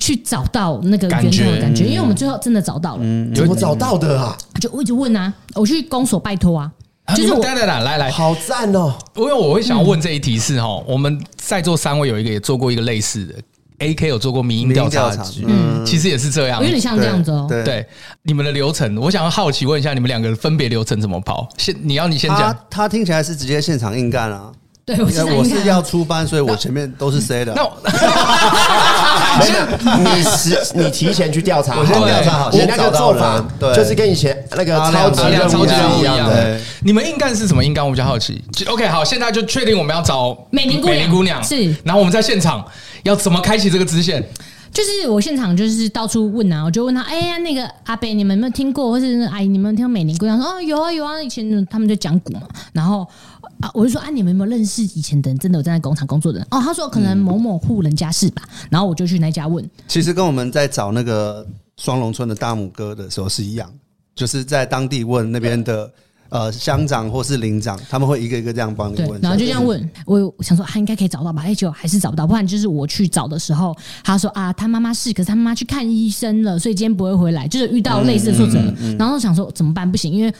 S2: 去找到那个源头的感
S1: 感觉
S2: 觉，因为我们最后真的找到了，
S3: 嗯怎么找到的啊？
S2: 就我一直问啊，我去公所拜托啊，
S1: 啊
S2: 就
S1: 你
S2: 是
S1: 们
S2: 我
S1: 来来来来来，
S3: 好赞哦！
S1: 因为我会想要问这一题是哈，我们在座三位有一个也做过一个类似的，AK 有做过民音调查
S4: 民意调查
S1: 局，
S4: 嗯
S1: 其实也是这样
S2: 有。点像这样子哦、
S4: 对
S1: 对你们的流程，我想要好奇问一下，你们两个分别流程怎么跑？先你要你先
S4: 他
S1: 讲。
S4: 他听起来是直接现场硬干啊，
S2: 对，我是
S4: 我是
S2: 看
S4: 要出班，所以我前面都是 C 的啊
S1: 那。我 <laughs>
S3: 你实你提前去调查好了，
S4: 我先调查好
S3: 你
S4: 先
S3: 那
S4: 找
S3: 个
S4: 到
S3: 做
S4: 人
S3: 法
S4: 对
S3: 就是跟以前那个
S4: 阿
S3: 超
S4: 亮
S3: 级
S1: 质
S4: 阿亮
S3: 任
S1: 量
S4: 超
S3: 务
S1: 啊超
S4: 级
S1: 级
S4: 任
S3: 是
S4: 务
S1: 不
S3: 一
S1: 一
S3: 样
S1: 样
S3: 的。
S1: 的。你们硬干是什么硬干？我比较好奇。就 OK，好，现在就确定我们要找
S2: 美玲姑娘
S1: 美玲姑娘
S2: 是
S1: 然后我们在现场要怎么开启这个支线？
S2: 就是我现场就是到处问啊，我就问他，哎、呀，那个阿贝，你们有没有听过，或是嗯阿姨，你们有没有听过美玲姑娘？说哦，有啊有啊，以前他们就讲古嘛。然后啊，我就说啊，你们有没有认识以前的人，真的有在工厂工作的人？哦，他说可能某某户人家是吧。然后我就去那家问，
S4: 其实跟我们在找那个双龙村的大拇哥的时候是一样，就是在当地问那边的呃乡长或是领长，他们会一个一个这样帮你
S2: 对
S4: 问，，
S2: 然后就这样问，我想说他应该可以找到吧，哎、结果还是找不到，不然就是我去找的时候，他说啊，他妈妈是，可是他妈妈去看医生了，所以今天不会回来，就是遇
S4: 嗯
S2: 到类似的挫折，然后想说怎么办不行，因为。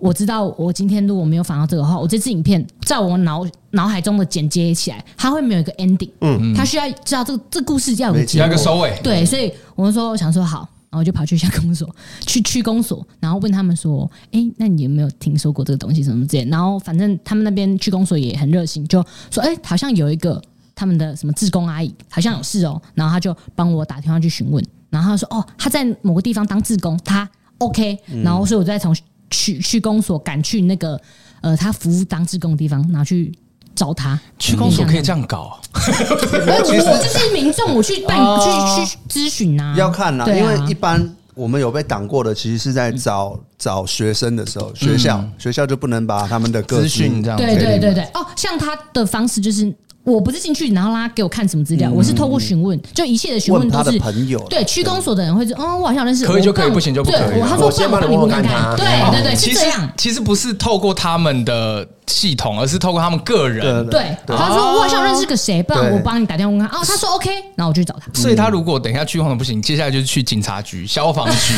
S2: 我知道，我今天如果没有访到这个的话，我这支影片在我脑脑海中的剪接起来，它会没有一个 ending，嗯，它需要知道这个这故事要有个
S4: 没
S2: 结
S1: 要
S2: 果
S1: 一个收尾。
S2: 对，所以我们说我想说好，然后我就跑去一下公所，去区公所，然后问他们说，哎、那你有没有听说过这个东西什么之类的？然后反正他们那边区公所也很热心，就说，哎、好像有一个他们的什么志工阿姨，好像有事哦、然后他就帮我打电话去询问，然后他说，哦，他在某个地方当志工，他 OK，然后所以我就再从区区公所赶去那个呃他服务当志工的地方，然后去。找他，哎
S1: 去公所可以这样搞，啊
S2: 我我就是民众，我去办、去去咨询啊，
S4: 要看啦、
S2: 对啊
S4: 因为一般我们有被挡过的，其实是在找找学生的
S2: 嗯
S4: 时候，学校学校就不能把他们的个
S1: 资讯这样
S2: 对
S4: 给
S2: 对
S4: 你
S2: 对对，哦，像他的方式就是。我不是进去然后拉给我看什么资料，我是透过询问，就一切的询
S4: 问
S2: 都
S4: 他的
S2: 是
S4: 朋友，
S2: 对，区公所的人会说，哦，我好像认识，
S1: 可以就
S2: 我帮
S1: 可以不行就不
S2: 对
S1: 可以啊
S2: 我他说
S3: 我先
S2: 帮
S3: 帮
S2: 你
S3: 你
S2: 问
S3: 问看
S2: 看，
S3: 他
S2: 对
S3: 哦
S2: 对对，
S1: 其
S2: 是
S1: 实
S2: 这样。
S1: 其实不是透过他们的系统，而是透过他们个人。
S4: 个人
S2: 对，他说我好像认识个谁，不然
S4: 对
S2: 我帮你打电话问看。哦，他说 OK，然后我就去找他。
S1: 所以他如果等一下去晃的不行，接下来就是去警察局、消防
S2: <laughs>
S1: 局、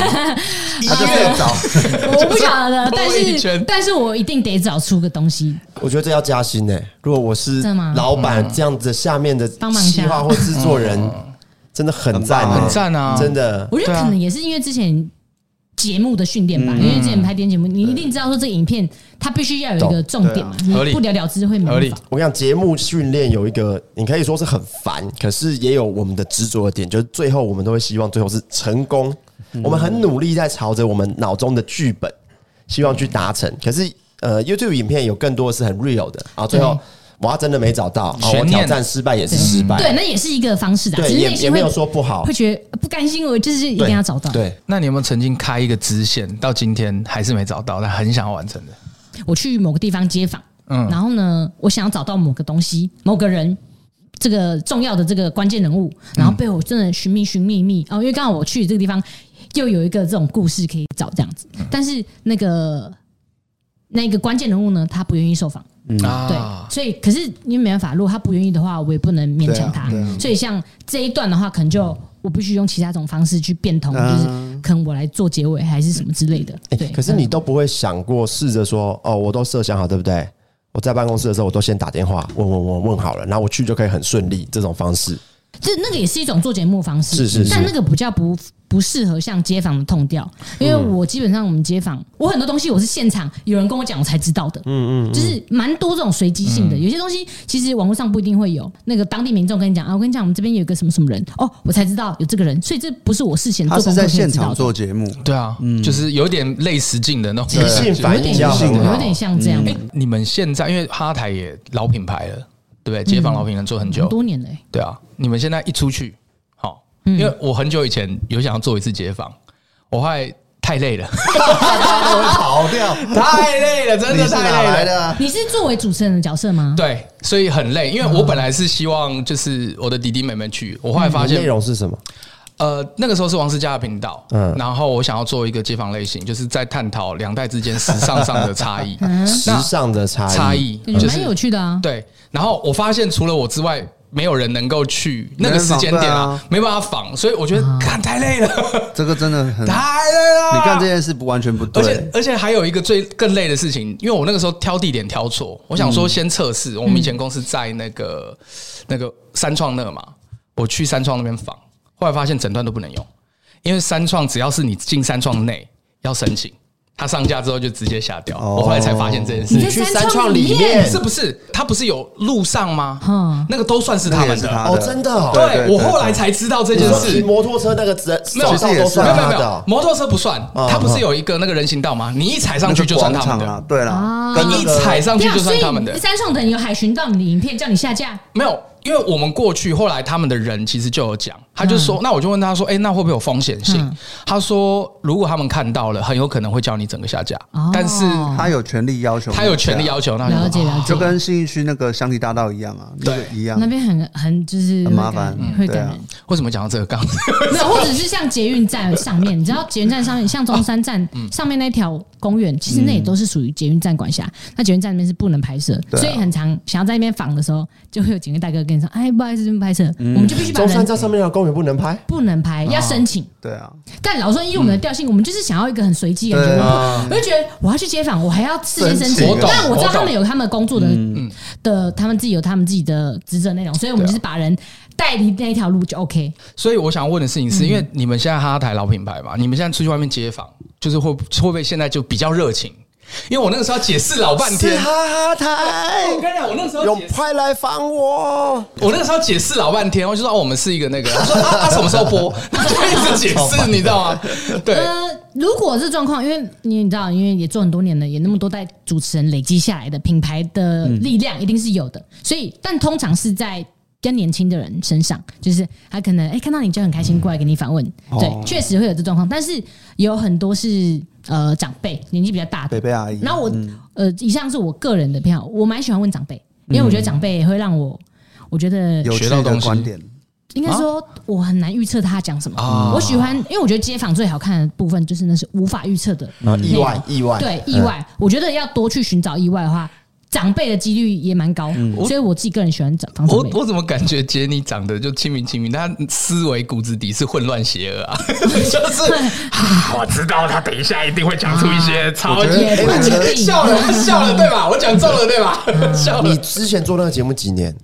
S1: 医
S4: 他就
S1: 院
S4: 在找，
S2: 我不晓得， <laughs> 但
S1: 兜一圈
S2: 是但是我一定得找出个东西。
S3: 我觉得这要加薪呢、如果我是
S2: 真的吗
S3: 老板，这样子下面的
S2: 帮忙一
S3: 企
S2: 下
S3: 划或制作人，真的很赞、
S4: 很棒
S3: 欸，
S4: 很
S1: 赞啊
S3: 真的。
S2: 我觉得可能也是因为之前节目的训练吧，因为之前拍电视节目，你一定知道说这个影片它必须要有一个重点嘛，你
S1: 合理
S2: 不了了之会没
S1: 啊合理
S2: 办法。
S3: 我跟你讲，节目训练有一个，你可以说是很烦，可是也有我们的执着的点，就是最后我们都会希望最后是成功。
S2: 嗯
S3: 我们很努力在朝着我们脑中的剧本，希望去达成。可是呃，YouTube 影片有更多的是很 real 的啊，最后我要真的没找到，啊、我
S1: 悬念
S3: 挑战失败也是失败，
S2: 对，那也是一个方式的，
S3: 哎
S2: 啊
S3: 对，
S2: 只是
S3: 也
S2: 内
S3: 也
S2: 心
S3: 没
S2: 会
S3: 有说不好
S2: 会，觉得不甘心，我就是一定要找到。
S3: 对，
S1: 那你有没有曾经开一个支线，到今天还是没找到，但很想要完成的？
S2: 我去某个地方街访，
S1: 嗯
S2: 然后呢，我想要找到某个东西、某个人，这个重要的这个关键人
S3: 嗯
S2: 物，然后被我真的寻觅、寻觅觅哦，因为刚好我去这个地方又有一个这种故事可以找这样子，
S3: 嗯
S2: 但是那个那个关键人物呢，他不愿意受访。
S3: 嗯
S2: 对，
S1: 啊，
S2: 所以可是因为没办法，如果他不愿意的话，我也不能勉强他。
S4: 对啊对啊
S2: 所以像这一段的话，可能就我必须用其他种方式去变通，
S4: 啊
S2: 就是可能我来做结尾还是什么之类的。
S3: 欸
S2: 对，嗯
S3: 可是你都不会想过试着说，哦，我都设想好，对不对？我在办公室的时候，我都先打电话问问问问好了，然后我去就可以很顺利，这种方式。
S2: 这那个也是一种做节目方式，
S3: 是是是
S2: 但那个比较不不适合像街访的痛调，因为我基本上我们街访，我很多东西我是现场有人跟我讲我才知道的，嗯嗯就是蛮多这种随机性的，有些东西其实网络上不一定会有，那个当地民众跟你讲啊，我跟你讲，我们这边有一个什么什么人，哦，我才知道有这个人，所以这不是我事前做
S4: 他是
S2: 功课
S4: 在
S2: 可以
S4: 现
S2: 知道
S4: 场
S2: 的
S4: 做节目，
S1: 对啊，就是有点类实境的那种
S3: 即兴
S1: 感觉。
S3: 嗯反
S2: 有
S3: 应
S2: 点
S3: 要
S4: 即兴
S3: 很
S2: 有
S3: 好，
S2: 点像这样，
S1: 哎，你们现在因为哈台也老品牌了，对不对？街坊老品牌做很久
S2: 嗯很，多嗯年了、欸，
S1: 对啊，你们现在一出去，好，因为我很久以前有想要做一次街访，我后来太累了，
S4: 跑掉，
S1: 太累了，真
S4: 你
S1: 的
S4: 是哪
S1: 太累了。
S4: 来的啊？
S2: 你是作为主持人的角色吗？
S1: 对，所以很累，因为我本来是希望就是我的弟弟妹妹去，我后来发
S3: 你嗯内
S1: 现，
S3: 容是什么？
S1: 呃，那个时候是王思佳的频道，
S3: 嗯
S1: 嗯，然后我想要做一个街访类型，就是在探讨两代之间时尚上的差异，
S3: 时尚的差异，
S1: 差异
S2: 感觉
S1: 就
S2: 蛮
S1: 是
S2: 有趣的啊，
S1: 对，然后我发现除了我之外。没有人能够去那个时间点啊，没办法仿，所以我觉得看太累了，
S4: 这个真的很，你
S1: 太累了。
S4: 干这件事不完全不
S1: 而且
S4: 对，
S1: 而且还有一个最更累的事情，因为我那个时候挑地点挑错，我想
S4: 嗯
S1: 说先测试。我们以前公司在那个那个三创那嘛，我去三创那边访，后来发现整段都不能用，因为三创只要是你进三创内要申请，它上架之后就直接下掉。
S4: 哦
S1: 我后来才发现这件
S2: 你
S1: 事
S2: 在。
S3: 去
S2: 三
S3: 三
S2: 创
S3: 创里
S2: 面
S3: 面
S1: 哎是不是？它不是有路上吗
S2: 嗯？
S1: 那个都算是他们
S4: 那个也是
S1: 的。
S4: 他
S3: 哦，真的哦。
S4: 对
S1: 对
S4: 对
S1: 我后来才知道这
S3: 你
S1: 件
S3: 说
S1: 事
S3: 骑。摩托车那个只
S1: 没有
S3: 手上都
S4: 啊
S3: 算
S1: 没有没
S3: 他
S1: 有
S3: 的
S1: 没
S3: 哦
S1: 有，，摩托车不算，它不是有一个那个人行道吗？你一踩上去就算他们
S4: 嗯那个广场
S1: 的
S4: 啊，，对啦
S2: 啊，
S4: 跟
S1: 你
S4: 那
S1: 一
S4: 个
S1: 踩上
S2: 对
S1: 去
S2: 啊，
S1: 就
S2: 所
S1: 算
S2: 以
S1: 他们的。
S2: 三创等有海巡到你的影片，叫你下架，
S1: 没有，因为我们过去后来他们的人其实就有讲，他就说，那我就问他说，哎、那会不会有风险性？
S2: 嗯
S1: 他说，如果他们看到了，很有可能会叫你整个下架，
S2: 哦
S1: 但是
S4: 他有权利要求，
S1: 他有权利要求。那我就
S2: 了解了解，
S4: 就跟信义区那个香堤大道一样啊，那个
S1: 对
S4: 一样
S2: 那，边很很就是
S4: 很麻烦
S2: 会感会
S4: 对
S2: 感
S4: 啊
S2: 人，
S1: 为什么讲到这个刚？ <laughs>
S2: 没有，或者是像捷运站上面，你知道捷运站上面，像中山站
S4: 嗯
S2: 上面那条公园，其实那也都是属于捷运站管辖。那捷运站那边是不能拍摄，
S4: 对啊
S2: 所以很常想要在那边访的时候，就会有警卫大哥跟你说：“哎，不好意思，这边拍摄，我们就必须
S4: 嗯
S2: 把
S3: 中山
S2: 人
S3: 站上面的公园不能拍，
S2: 不能拍，要申请。”
S4: 对啊，
S2: 但老实说，以我们的调性，我们就是想要一个很随机的感觉。
S4: 对
S2: 我
S4: 啊
S2: 们不我就觉得我要去街访，我还要事先申请
S4: 申请。
S2: 但我知
S1: 我
S2: 道
S1: 懂
S2: 他们有他们工作的的，他们自己有他们自己的职责内容，所以我们就是把人带离那一条路就 OK。
S1: 所以我想问的事情
S2: 嗯
S1: 是，因为你们现在哈台老品牌嘛，你们现在出去外面街访，就是会会不会现在就比较热情？因为我那个时候要解释老半
S3: 是
S1: 天。
S3: 哈哈
S1: 我
S3: 台，
S1: 跟你讲，哎我那个时候
S3: 用
S1: 解释
S3: 派来防我。
S1: 我那个时候解释老半天，我就说、哦我们是一个那个，他说啊啊什么时候播， <laughs> 他就一直解
S4: <laughs>
S1: 释，你知道吗？对，
S2: 呃，如果是状况，因为你知道，因为也做很多年了，也那么多代主持人累积下来的品牌的力量一定是有的，所以但通常是在。比较年轻的人身上，就是他可能哎、看到你就很开心过来给你访问，对，确实会有这状况。但是有很多是呃长辈年纪比较大的
S4: 北，北阿姨，
S1: 嗯嗯
S2: 然后我、呃，以上是我个人的偏好，我蛮喜欢问长辈，因为我觉得长辈也会让我。我觉得
S4: 有趣
S1: 学到东
S4: 的
S1: 西
S4: 观点，
S2: 应该说我很难预测他讲什么。
S1: 啊
S2: 我喜欢，因为我觉得街访最好看的部分就是那是无法预测的
S3: 啊意外
S1: <laughs>
S3: 意外，
S2: 对意外，
S1: 嗯
S2: 我觉得要多去寻找意外的话，长辈的几率也蛮高，所以我自己个人喜欢长长
S1: 嗯我
S2: 辈。
S1: 我怎么感觉杰尼长得就清明清明，但他思维骨子底是混乱邪恶啊， <laughs> 就是啊，我知道他等一下一定会讲出一些超
S4: 我觉
S1: 级
S4: 得哎
S2: 也不
S4: 我觉
S2: 一定
S1: 笑了，他笑了对吧？我讲中了对吧？笑
S3: 你
S1: 了。
S3: 之前做那个节目几年？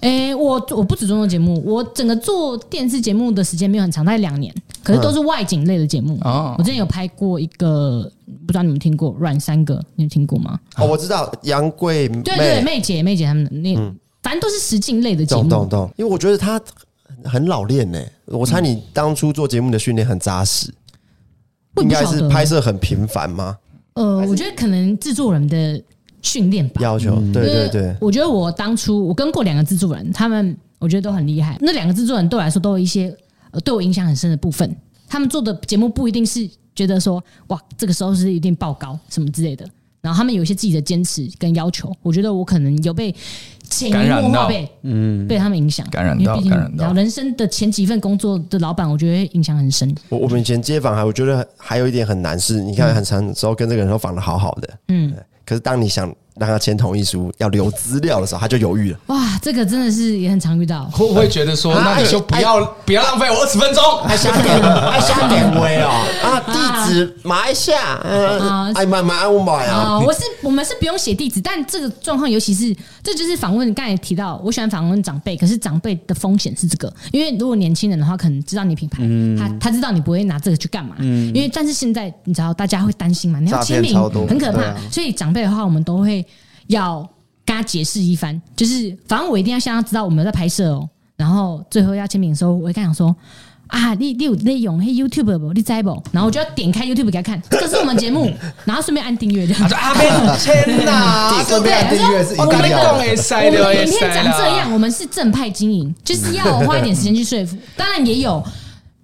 S2: 诶、我我不止做节目，我整个做电视节目的时间没有很长，大概两年，可是都是外景类的节目。
S1: 嗯哦
S2: 我之前有拍过一个，不知道你们听过《软三个》，你们听过吗？
S3: 哦，我知道杨贵妹，嗯
S2: 对对，妹姐妹姐他们的那，反正都是实境类的节
S3: 懂懂
S2: 目。
S3: 懂，因为我觉得他很很老练呢、我猜你
S1: 嗯
S3: 当初做节目的训练很扎实，
S2: 我也不
S3: 应该
S2: 晓
S3: 是
S2: 得
S3: 拍摄很频繁吗？
S2: 呃，我觉得可能制作人的训练吧。
S3: 要求，
S1: 嗯
S3: 对
S2: 因为
S3: 对对，
S2: 我觉得我当初我跟过两个制作人，他们我觉得都很厉害。那两个制作人对我来说都有一些呃对我影响很深的部分。他们做的节目不一定是觉得说哇这个时候是一定报告什么之类的，然后他们有一些自己的坚持跟要求。我觉得我可能有被潜移
S1: 感染
S2: 默化
S1: 到
S2: 被嗯被他们影响，
S1: 感染到
S2: 因为毕竟
S1: 感染到
S2: 然后人生的前几份工作的老板，我觉得会影响很深。
S3: 我我们以前接访还我觉得还有一点很难是，你看很长时候跟这个人都访的好好的，
S2: 嗯，
S3: 可是当你想让他签同意书要留资料的时候，他就犹豫了。
S2: 哇，这个真的是也很常遇到。
S1: 会不会觉得说，
S3: 啊
S4: 哎
S1: 那你就不要不要浪费我二十分钟？
S4: 啊
S3: 爱瞎
S1: <laughs>
S3: 点，
S2: 哎
S3: 爱瞎点威哦！ <laughs> 啊，地址马来西亚，嗯
S2: 啊
S3: 哎买买我买啊！
S2: 啊、我是我们是不用写地址，但这个状况，尤其是这就是访问，刚才提到，我喜欢访问长辈，可是长辈的风险是这个，因为如果年轻人的话，可能知道你品牌，
S4: 嗯
S2: 他他知道你不会拿这个去干嘛，因为但是现在你知道大家会担心嘛，你要
S4: 诈
S2: 签
S4: 骗
S2: 名
S4: 超多
S2: 很可怕，
S4: 对啊
S2: 所以长辈的话，我们都会要跟他解释一番，就是反正我一定要先让他知道我们有在拍摄哦，然后最后要签名的时候，我会跟他讲说。啊，你你有内容，嘿 YouTube 不？你在不？然后我就要点开 YouTube 给他看，这个是我们节目，然后顺便按订阅这样
S1: 他。说
S4: 啊
S1: 阿贝 <laughs> 天
S2: 啊
S1: 哪，
S4: 顺便按订阅是一
S1: 我跟
S4: 定
S1: 你
S4: 要
S1: 讲，
S4: 的。
S1: 也塞
S2: 我
S1: 的，
S2: 们
S1: 也
S2: 影片
S1: 塞
S2: 长这样，
S1: 了。
S2: 我们是正派经营，就是要花一点时间去说服。当然也有，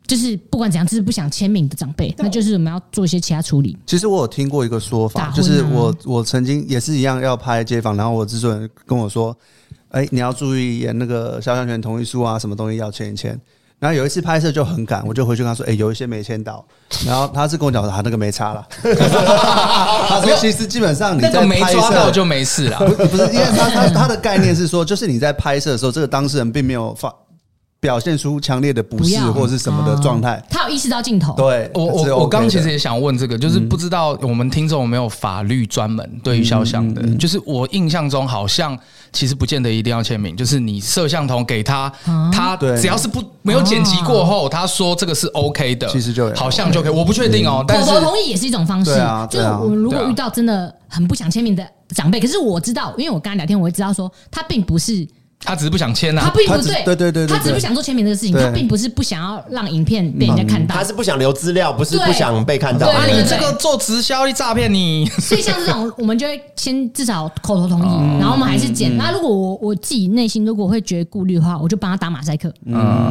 S2: 就是不管怎样，就是不想签名的长辈，那就是我们要做一些其他处理。
S4: 其实我有听过一个说法，
S2: 打
S4: 就
S2: 昏啊
S4: 是我我曾经也是一样要拍街访，然后我制作人跟我说：“哎、你要注意演那个肖像权同意书啊，什么东西要签一签。”然后有一次拍摄就很赶，我就回去跟他说：“哎、有一些没签到。”然后他是跟我讲说：“他、啊那个没差了。”他说：“ <laughs> 其实基本上你
S1: 那
S4: 在
S1: 个没
S4: 拍
S1: 抓到
S4: 摄
S1: 就没事了。
S4: 不不是，因为他他他的概念是说，就是你在拍摄的时候，这个当事人并没有发表现出强烈的不
S2: 不
S4: 适
S2: 要哦
S4: 或者是什么的状态。
S2: 他有意识到镜头，
S4: 对，
S1: 我
S4: 是 OK
S1: 我我刚
S4: 的嗯
S1: 其实也想问这个，就是不知道我们听众有没有法律专门对于肖像
S4: 嗯
S1: 的？就是我印象中好像其实不见得一定要签名，就是你摄像头给他，
S2: 啊
S1: 他
S4: 对
S1: 只要是不没有剪辑过后，他说这个是 OK 的，
S4: 其实就有嗯
S1: 好像就可以。我不确定哦，但
S2: 口
S1: 是
S2: 头同意也是一种方式。
S4: 对啊
S2: 就
S4: 对啊
S2: 我们如
S1: 对
S2: 果
S1: 啊
S2: 遇到真的很不想签名的长辈，可是我知道，因为我跟他聊天，我会知道说他并不是
S1: 他只是不想签
S2: 他
S1: 啊。
S2: 并不
S4: 他只
S2: 对，
S4: 对对对对
S2: 他只是不想做签名这个事情，
S4: 对嗯
S2: 他并不是不想要让影片被人家看到
S3: 他。是不想留资料，不是
S2: 对
S3: 不想被看到。
S2: 对
S1: 啊，
S2: 对
S1: 你
S2: 对
S1: 这个做直销，你诈骗你， <laughs>
S2: 所以像这种，我们就会先至少口头同意，然后我们还是剪。那如果我我自己内心如果会觉得顾虑的话，我就帮他打马赛克。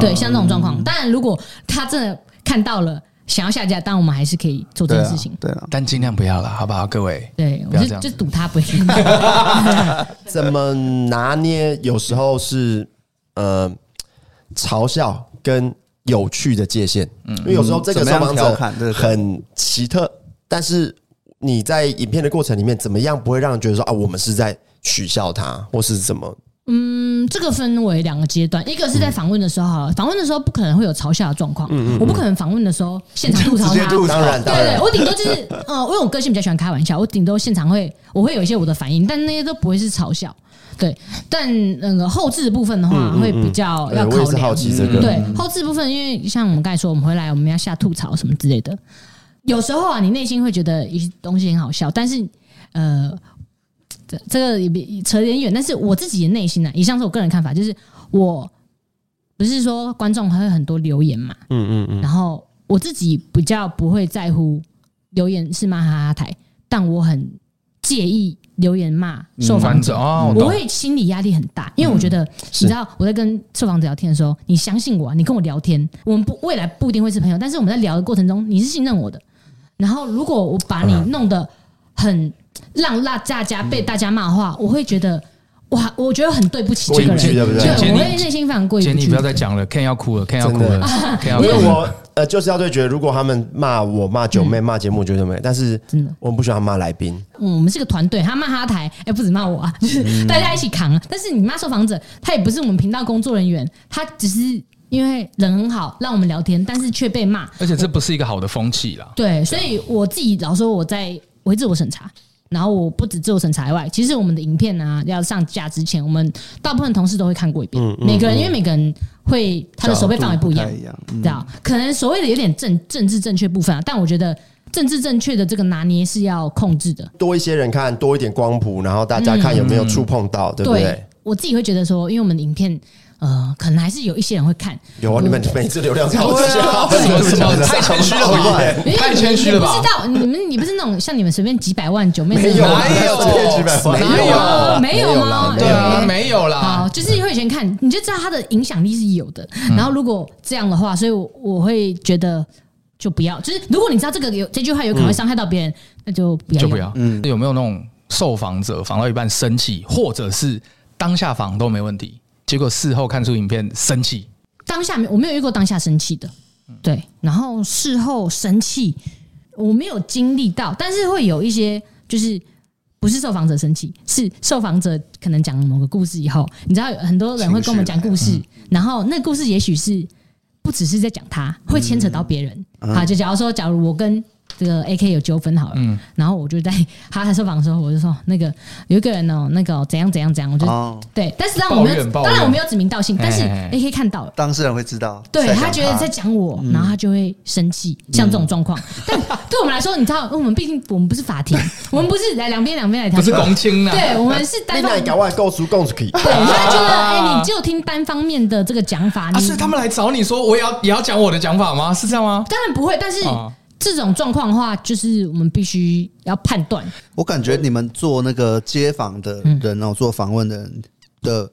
S2: 对，像这种状况，当然如果他真的看到了想要下架，但我们还是可以做这
S4: 对
S2: 件
S4: 啊
S2: 事情。
S4: 对了，
S1: 但尽量不要了，好不好，各位？
S2: 对，
S1: 不
S2: 我
S1: 要
S2: 就
S1: 这样
S2: 就赌他不会。 <laughs>
S3: 怎么拿捏？有时候是呃嘲笑跟有趣的界限，因为有时候这个
S4: 嗯怎么
S3: 受
S4: 样
S3: 访
S4: 调
S3: 者
S4: 侃对对
S3: 很奇特，但是你在影片的过程里面，怎么样不会让人觉得说啊，我们是在取笑他，或是怎么？
S2: 嗯，这个分为两个阶段，一个是在访问的时候好了，访问的时候不可能会有嘲笑的状况，我不可能访问的时候现场吐槽
S4: 直接
S2: 他，
S4: 吐
S3: 当然，当
S2: 对对，
S3: 然，
S2: 我顶多就是， <laughs> 呃，因为我个性比较喜欢开玩笑，我顶多现场会，我会有一些我的反应，但那些都不会是嘲笑。对，但那个后置的部分的话，会比较
S3: 哎
S2: 要
S3: 我也
S2: 考
S3: 是好
S2: 量。
S3: 奇这个。
S2: 对，后置部分，因为像我们刚才说，我们回来我们要下吐槽什么之类的，有时候啊，你内心会觉得一些东西很好笑，但是呃，这这个也比扯得有点远，但是我自己的内心呢、啊，以上是我个人看法，就是我不是说观众还会很多留言嘛，
S3: 嗯嗯嗯，
S2: 然后我自己比较不会在乎留言是骂哈哈台，但我很介意留言骂受访
S1: 反
S3: 嗯
S2: 者。
S1: 正哦，
S2: 我
S1: 懂。
S2: 会心理压力很大，因为我觉得，你知道我在跟受访者聊天的时候，你相信我、啊，你跟我聊天，我们不未来不一定会是朋友，但是我们在聊的过程中，你是信任我的。然后如果我把你弄得很让大家被大家骂的话，我会觉得哇，我觉得很对不起
S3: 过
S2: 这
S3: 意
S2: 个人，
S3: 不去对不对
S2: 对，
S1: 简
S2: 我
S1: 历
S2: 会内心反过意
S1: 姐，
S2: 不
S1: 你
S2: 去。
S1: 不要再讲了，Ken 要哭了，Ken 要哭
S3: 真
S1: 了
S3: 的
S1: ，Ken 要
S3: 因
S1: 哭
S3: 为
S1: 了。
S3: 我呃，就是要对决，如果他们骂我、骂九妹、骂节目，我觉得没，但是
S2: 真的
S3: 我们不喜欢骂来宾，
S2: 嗯，我们是个团队，他骂他台，哎、不止骂我啊， <laughs> 就
S4: 嗯
S2: 是大家一起扛啊。但是你骂受访者，他也不是我们频道工作人员，他只是因为人很好，让我们聊天，但是却被骂。
S1: 而且这不是一个好的风气啦。
S2: 对，所以我自己老说我在我会自我审查，然后我不止自我审查以外，其实我们的影片啊要上架之前，我们大部分同事都会看过一
S4: 嗯
S2: 遍。每个人因为每个人会他的手背范围不一样
S4: 角度，不太一样嗯
S2: 知道？可能所谓的有点政政治正确部分啊，但我觉得政治正确的这个拿捏是要控制的。
S3: 多一些人看，多一点光谱，然后大
S2: 嗯
S3: 家看有没有触碰到，对不对？
S2: 我自己会觉得说，因为我们的影片呃，可能还是有一些人会看，
S3: 有啊，你们每次流量超高，
S1: 哦为什么这么啊太谦虚了
S2: <laughs>
S1: 吧
S2: 因为？
S1: 太谦虚了
S2: 你
S1: 吧
S2: 不知？道你们你不是那种像你们随便几百万九妹那种
S3: 没有啊，
S1: 哪有
S3: 随便几百万
S1: 哪有
S2: 啊没有吗
S3: 没
S1: 对
S3: 有
S1: 啊，
S3: 啦
S1: 没有
S2: 好，
S1: 啦。
S2: 就是会先看，你就知道它的影响力是有的。然后如果这样的话，所以我我会觉得就不要。就是如果你知道这个有这句话有可能会伤害到别人，那就不要
S1: 就
S2: 用
S1: 不要。有没有那种受访者访到一半生气，或者是当下访都没问题，结果事后看出影片生气？
S2: 当下没我没有遇过当下生气的，对，然后事后生气我没有经历到，但是会有一些就是。不是受访者生气，是受访者可能讲某个故事以后，你知道有很多人会跟我们讲故
S1: 嗯
S2: 事，然后那故事也许是不只是在讲他，
S1: 嗯
S2: 会牵扯到别人。好，就假如说，假如我跟这个 A K 有纠纷好了，
S1: 嗯
S2: 然后我就在他受访的时候，我就说那个有一个人哦、那个哦、怎样怎样怎样，我就、
S4: 哦，
S2: 对，但是当然我没
S1: 抱
S2: 有，
S1: 怨抱
S2: 当
S1: 怨
S2: 然我没有指名道姓，但是
S1: 嘿嘿嘿
S2: A K 看到了。
S4: 当事人会知道，
S2: 对
S4: 在讲
S2: 他觉得在讲我，然后他就会生气，像这种状况。 <laughs> 但对我们来说，你知道，我们毕竟我们不是法庭，我们不是来两边两边来调
S1: 不是
S2: 解，
S1: 公卿啊，
S2: 对我们是单
S3: 你
S2: 方
S3: 那。搞外够出够出去，
S2: 对，他觉得哎，你就听单方面的这个讲
S1: 啊，
S2: 法，你
S1: 是他们来找你说我也要也要讲我的讲法吗？是这样吗？
S2: 当然不会。但是
S1: 哦
S2: 这种状况的话，就是我们必须要判断。
S4: 我感觉你们做那个街访的
S2: 嗯
S4: 人哦，做访问的人的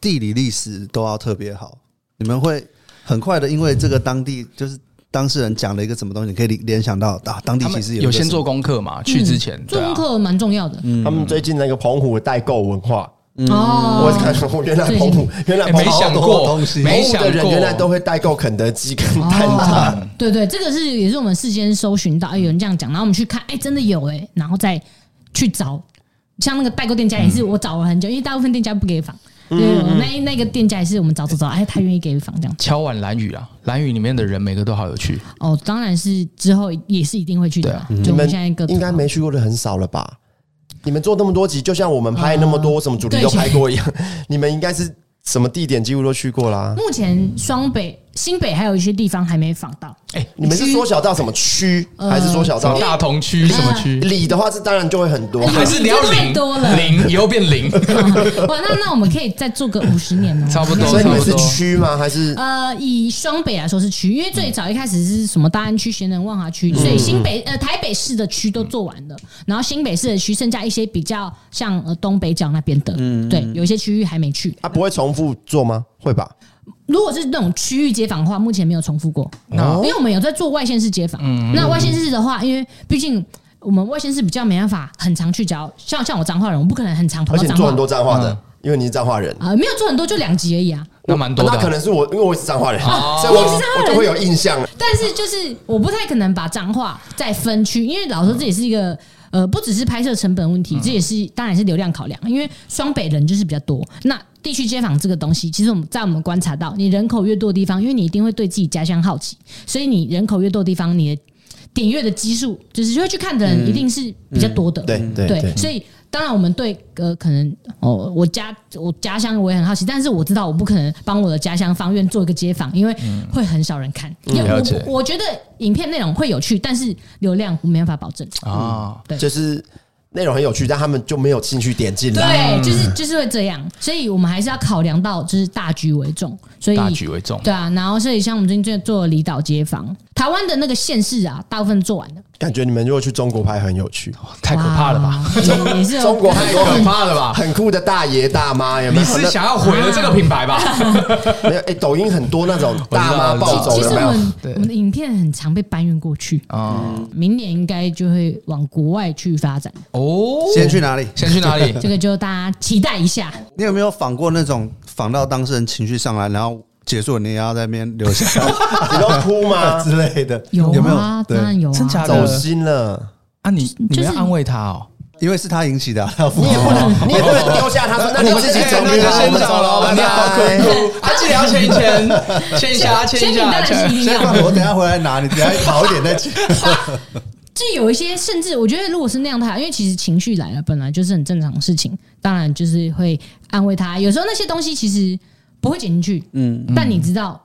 S4: 地理历史都要特别好，你们会很快的，因为这个当地就是当事人讲了一个什么东西，你可以联联想到啊，当地
S1: 他
S4: 其
S1: 们
S4: 实
S1: 有
S4: 一个
S1: 先
S4: 什么
S1: 做功课嘛？去之前，
S2: 嗯做
S1: 对
S2: 功
S1: 啊，
S2: 课蛮重要的
S3: 他们最近那个澎湖的代购文化，
S2: 哦。
S3: 我看
S1: 嗯
S3: 我原来
S2: 最近
S3: 澎湖，原来
S1: 哎
S3: 澎
S1: 没
S3: 湖
S1: 想
S3: 好
S1: 过
S3: 多东西，
S1: 没
S3: 澎湖
S1: 想
S3: 的人
S1: 过
S3: 原来都会代购肯德基跟蛋挞，
S2: 哦，对对，这个是也是我们事先搜寻到，哎，有人这样讲，然后我们去看，哎，真的有哎、然后再去找，像那个代购店家也是我找了很久，因为大部分店家不给仿，对，那那个店家也是我们找找找，哎，他愿意给仿这样。
S1: 敲碗蓝雨啊，蓝雨里面的人每个都好有趣，
S2: 哦，当然是之后也是一定会去的啦，就
S3: 你
S2: 我啊嗯
S3: 们
S2: 们现在一个
S3: 应该没去过的很少了吧？你们做那么多集，就像我们拍那么多什么主题
S2: 对
S3: 都拍过一样，
S1: 嗯
S3: 你们应该是什么地点几乎都去过啦。
S2: 目前双北、新北还有一些地方还没仿到， <laughs>
S1: 哎，
S3: 你们是缩小到什么区，还是缩小
S1: 什
S3: 到
S1: 么大同区什么
S2: 嗯
S1: 区？
S3: 里的话？是当然就会很多。
S1: 还是聊
S2: 啊太多了
S1: 零零，以后变零，
S2: 哇，那那我们可以再做个五十年哦，
S1: 差不多，
S3: 所以
S1: 差
S3: 你们
S1: 不
S3: 是
S1: 多。
S3: 区吗？还是
S2: 呃，以双北来说是区，因为最早一开始是什么大安区、贤能万华啊
S3: 嗯
S2: 区，所以新北呃台北市的区都做完了，然后新北市的区剩下一些比较像呃东北角那边的，
S3: 嗯
S2: 对，有一些区域还没去。
S3: 啊？不会重复做吗？会吧？
S2: 如果是那种区域街访的话，目前没有重复过，
S3: 哦
S2: 因为我们有在做外县市街访。
S3: 嗯
S2: 那外县市的话，因为毕竟。我们外县市比较没办法很常去交，像像我彰化人，我不可能很常跑
S3: 而
S2: 到
S3: 且
S2: 彰
S3: 你做
S2: 化
S3: 很多脏话
S2: 哦
S3: 的，因为你是脏话人。哦
S2: 啊、没有做很多，就两集而已啊。
S1: 那蛮多的
S3: 那
S1: 啊
S3: 可能是我，因为我也是脏话人，
S1: 哦
S3: 所以我
S2: 你也是彰化人
S3: 我就会有印象。
S2: 但是就是我不太可能把脏话再分区，因为老实说这也是一个。呃，不只是拍摄成本问
S3: 嗯
S2: 题，这也是当然是流量考量，因为双北人就是比较多。那地区街访这个东西，其实我们在我们观察到，你人口越多的地方，因为你一定会对自己家乡好奇，所以你人口越多的地方，你的点阅的基数，就是会去看的人一定是比较多的。
S3: 嗯对对对
S2: 对，所以当然我们对呃，可能哦，我家我家乡我也很好奇，但是我知道我不可能帮我的家乡方院做一个街访，因为会很少人看。因为
S1: 嗯了解
S2: 我我觉得影片内容会有趣，但是流量我没办法保证。
S1: 啊，
S2: 对
S3: 就是内容很有趣，但他们就没有兴趣点进来。
S2: 对，
S1: 嗯
S2: 就是就是会这样，所以我们还是要考量嗯到就是大局为重，所以
S1: 大局为重。
S2: 对啊，然后所以像我们最近最近做离岛街访，台湾的那个县市啊，大部分做完了，
S3: 感觉你们如果去中国拍很有趣，
S1: 太可怕了吧！
S2: 哇？也也是有
S3: 中国
S1: <laughs>
S3: 很
S1: 太
S3: 多
S1: 可
S3: 很
S1: 怕了吧！
S3: 很酷的大爷大妈，有没
S1: 你
S3: 有？
S1: 是想要毁了这个品牌吧？
S3: 没有？哎，抖音很多那种大妈暴走，
S2: 其实
S3: 哦有
S2: 我
S3: 没有？
S2: 们
S1: 对
S2: 我们的影片很常被搬运过去，
S1: 哦
S2: 明年应该就会往国外去发展，
S1: 哦，
S4: 先去哪里？
S1: 先去哪 <laughs> 里？
S2: 这个就大家期待一下。
S4: 你有没有仿过那种仿到当事人情绪上来，然后结束你也要在那边
S2: <laughs>
S4: 留下
S3: 你都哭
S1: <laughs>
S3: 吗？
S4: 之类的？
S2: 有
S4: 有没
S2: 啊
S4: 有？，
S2: 当然
S4: 对，
S2: 有
S1: 真假
S2: 啊，
S1: 的
S3: 走心了，
S1: 啊，你你们要安慰他哦。
S4: 因为是他引起的啊，他要负
S3: 你也
S4: 责
S3: 不能，你也不能丢下他说，那呃你自己走
S1: 那
S3: 吧，
S1: 就
S3: 我
S1: 先
S3: 们
S1: 走
S3: 走
S1: 了，
S3: 了，
S1: 我
S3: 拜
S1: 们要
S3: 拜。
S1: 哭哭。啊，记得要签一签，签一下，签
S2: 签
S1: 一
S2: 名当
S1: 下
S2: 然。是一定
S4: 先
S2: 要
S4: 放
S2: 的。
S4: 我，等一下回来拿，你等一下好一点再
S2: <laughs>
S4: 讲。
S2: 就有一些，甚至我觉得，如果是那样的话，因为其实情绪来了，本来就是很正常的事情，当然就是会安慰他。有时候那些东西其实不会剪进去，嗯，但你知道，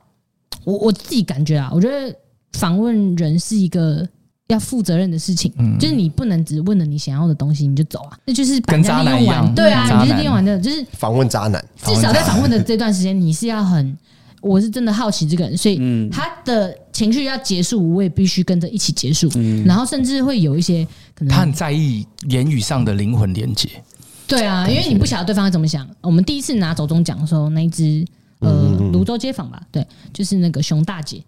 S2: 我我自己感觉啊，我觉得访问人是一个。要负责任的事情，
S1: 嗯
S2: 就是你不能只问了你想要的东西你就走啊，那就是把人家
S1: 跟渣男一
S2: 利用
S1: 样
S2: 完，对啊，
S1: 渣
S2: 你就是
S1: 男
S2: 利用完的，就是
S3: 访问渣男，
S2: 至少在访问的这段时间，你是要很，我是真的好奇这个人，所以他的情绪要结束，我也必须跟着一起结束。然后甚至会有一些可
S1: 他很
S2: 能，
S1: 在意言语上的灵魂连接，
S2: 对啊，因为你不晓得对方会怎么想。我们第一次拿走中奖的时候，那一只呃泸州街坊吧，对，就是那个熊大姐。